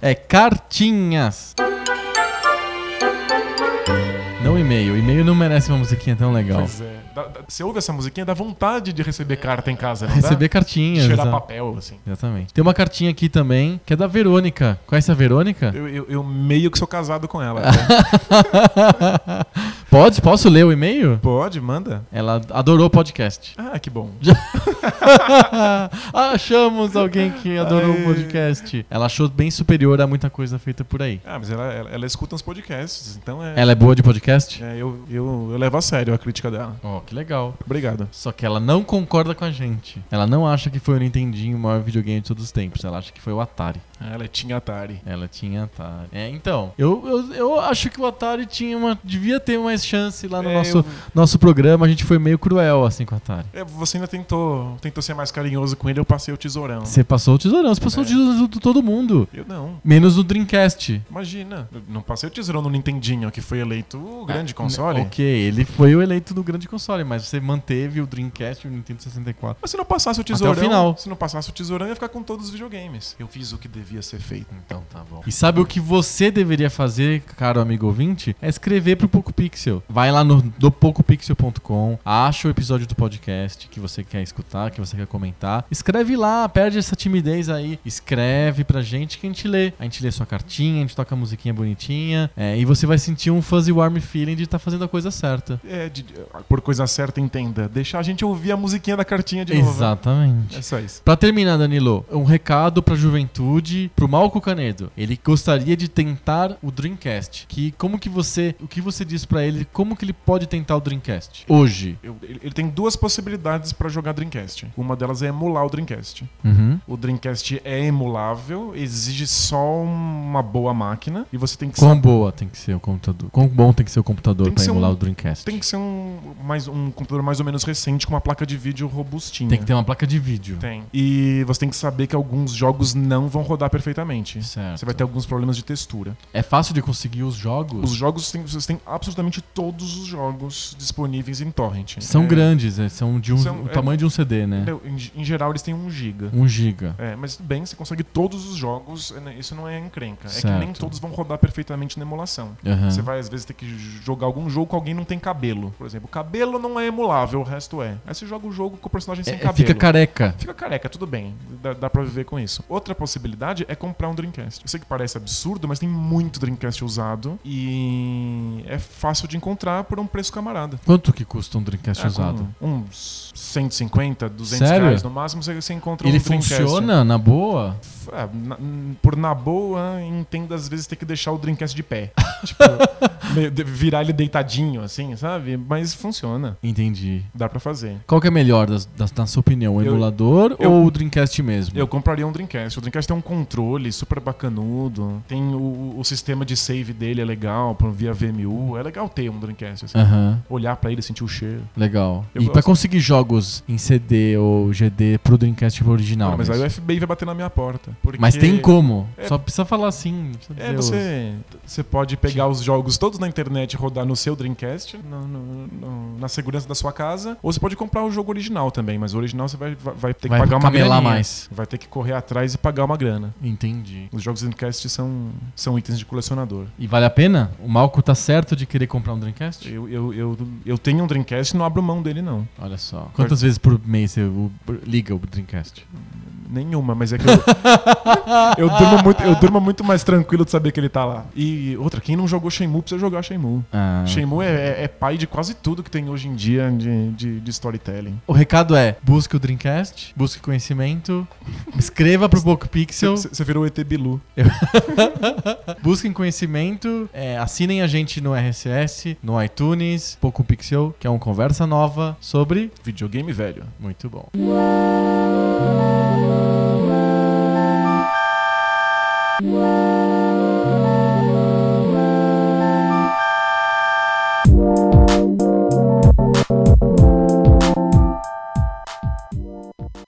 S1: É cartinhas. Não e-mail. E-mail não merece uma musiquinha tão legal.
S2: Pois é. Dá- dá- Você ouve essa musiquinha, dá vontade de receber carta em casa, não
S1: Receber
S2: dá?
S1: cartinhas.
S2: Cheirar
S1: exa-
S2: papel, assim.
S1: Exatamente. Tem uma cartinha aqui também, que é da Verônica. Conhece a Verônica?
S2: Eu, eu- eu meio que sou casado com ela. né?
S1: Pode? Posso ler o e-mail?
S2: Pode, manda.
S1: Ela adorou o podcast.
S2: Ah, que bom.
S1: Achamos alguém que adorou o
S2: Aê.
S1: podcast. Ela achou bem superior a muita coisa feita por aí.
S2: Ah, mas ela, ela, ela escuta uns podcasts, então é.
S1: Ela é boa de podcast?
S2: É, eu, eu, eu levo a sério a crítica dela.
S1: Oh, que legal.
S2: Obrigado.
S1: Só que ela não concorda com a gente. Ela não acha que foi o Nintendinho o maior videogame de todos os tempos. Ela acha que foi o Atari.
S2: Ela tinha Atari.
S1: Ela tinha Atari. É, então. Eu, eu, eu acho que o Atari tinha uma. Devia ter mais chance lá no
S2: É,
S1: nosso,
S2: eu-
S1: nosso programa. A gente foi meio cruel assim com o Atari.
S2: É, você ainda tentou, tentou ser mais carinhoso com ele, eu passei o tesourão.
S1: Você passou o tesourão, você passou o
S2: É.
S1: tesourão de todo mundo.
S2: Eu não.
S1: Menos o Dreamcast.
S2: Imagina. Eu não passei o tesourão no Nintendinho, que foi eleito o grande console.
S1: É, Ok, ele foi o eleito do grande console, mas você manteve o Dreamcast e o Nintendo 64.
S2: Mas se não passasse o tesourão,
S1: final.
S2: se não passasse o tesourão, eu ia ficar com todos os videogames. Eu fiz o que devia ser feito.
S1: Então tá bom. E sabe o que você deveria fazer, caro amigo ouvinte? É escrever pro Poco Pixel. Vai lá no dopocopixel.com, acha o episódio do podcast que você quer escutar, que você quer comentar. Escreve lá, perde essa timidez aí. Escreve pra gente que a gente lê. A gente lê sua cartinha, a gente toca a musiquinha bonitinha. é, e você vai sentir um fuzzy warm feeling de estar fazendo a coisa certa.
S2: É, de- por coisa certa, entenda. Deixar a gente ouvir a musiquinha da cartinha
S1: né?
S2: de novo.
S1: Exatamente.
S2: É só isso.
S1: Pra terminar, Danilo, um recado pra juventude, pro Malco Canedo. Ele gostaria de tentar o Dreamcast. Que como que você, o que você diz pra ele, como que ele pode tentar o Dreamcast hoje?
S2: Eu- ele, ele tem duas possibilidades pra jogar Dreamcast. Uma delas é emular o Dreamcast.
S1: Uhum.
S2: O Dreamcast é emulável, exige só uma boa máquina e você tem que
S1: Quão boa tem que ser o computador? Quão bom tem que ser o computador
S2: Tem que
S1: pra
S2: ser
S1: emular
S2: um-
S1: o Dreamcast?
S2: Tem que ser um, mais, um computador mais ou menos recente com uma placa de vídeo robustinha.
S1: Tem que ter uma placa de vídeo.
S2: Tem. E você tem que saber que alguns jogos não vão rodar perfeitamente.
S1: Certo.
S2: Você vai ter alguns problemas de textura.
S1: É fácil de conseguir os jogos?
S2: Os jogos têm, vocês têm absolutamente todos os jogos disponíveis em torrent.
S1: São
S2: É,
S1: grandes, né? são de um,
S2: São- é.
S1: o tamanho de um CD, né?
S2: entendeu? Em, em geral, eles têm 1 giga.
S1: 1 giga.
S2: É, mas tudo bem, você consegue todos os jogos, né, isso não é encrenca. É que nem
S1: Certo. É.
S2: todos vão rodar perfeitamente na emulação.
S1: Aham.
S2: Você vai, às vezes, ter que j- jogar algum jogo que alguém não tem cabelo. Por exemplo, cabelo não é emulável, o resto é. Aí você joga o jogo com o personagem sem
S1: É,
S2: cabelo.
S1: fica careca.
S2: Fica careca, tudo bem. Dá, dá pra viver com isso. Outra possibilidade é comprar um Dreamcast. Eu sei que parece absurdo, mas tem muito Dreamcast usado. E é fácil de encontrar por um preço camarada.
S1: Quanto que custa um Dreamcast
S2: É,
S1: usado?
S2: com uns 150, 200
S1: Sério?
S2: reais no máximo, você, você encontra
S1: Ele
S2: um Dreamcast.
S1: funciona na boa?
S2: É, na- n- por na boa, entendo às vezes ter que deixar o Dreamcast de pé. tipo, meio de- virar ele deitadinho, assim, sabe? Mas funciona.
S1: Entendi.
S2: Dá pra fazer.
S1: Qual que é melhor, das, das- na sua opinião? O
S2: Eu-
S1: emulador
S2: eu-
S1: ou o Dreamcast mesmo?
S2: Eu compraria um Dreamcast. O Dreamcast tem um controle super bacanudo. Tem o, o sistema de save dele é legal, por- via VMU. É legal ter um Dreamcast, assim.
S1: Aham,
S2: Olhar pra ele, sentir o cheiro.
S1: legal.
S2: Eu
S1: e pra
S2: gosto.
S1: conseguir jogos em CD ou GD pro Dreamcast tipo, original?
S2: Cara, mas aí
S1: mesmo?
S2: o FBI vai bater na minha porta. Porque...
S1: Mas tem como.
S2: É-
S1: Só precisa falar assim. não precisa
S2: É,
S1: dizer os-
S2: você, você pode pegar os jogos todos na internet e rodar no seu Dreamcast, no- no- no- na segurança da sua casa, ou você pode comprar o jogo original também, mas o original você vai, vai, vai ter que
S1: Vai
S2: pagar uma
S1: camelar
S2: grana.
S1: mais.
S2: Vai ter que correr atrás e pagar uma grana.
S1: Entendi.
S2: Os jogos Dreamcast são, são itens de colecionador.
S1: E vale a pena? O Malco tá certo de querer comprar um Dreamcast?
S2: Eu, eu, eu, eu tenho um Dreamcast e não abro mão dele, não.
S1: Olha só. Quantas vezes por mês você o- liga o Dreamcast?
S2: Nenhuma, mas é que eu, eu, durmo muito, eu durmo muito mais tranquilo de saber que ele tá lá. E outra, quem não jogou Shenmue precisa jogar Shenmue.
S1: Ah.
S2: Shenmue é, é- é pai de quase tudo que tem hoje em dia de, de- de storytelling.
S1: O recado é: busque o Dreamcast, busque conhecimento, escreva pro Book Pixel,
S2: Você virou o ET Bilu.
S1: busquem conhecimento, é, assinem a gente no RSS, no iTunes, Poco Pixel, que é uma conversa nova sobre.
S2: Videogame velho.
S1: Muito bom.
S3: Thank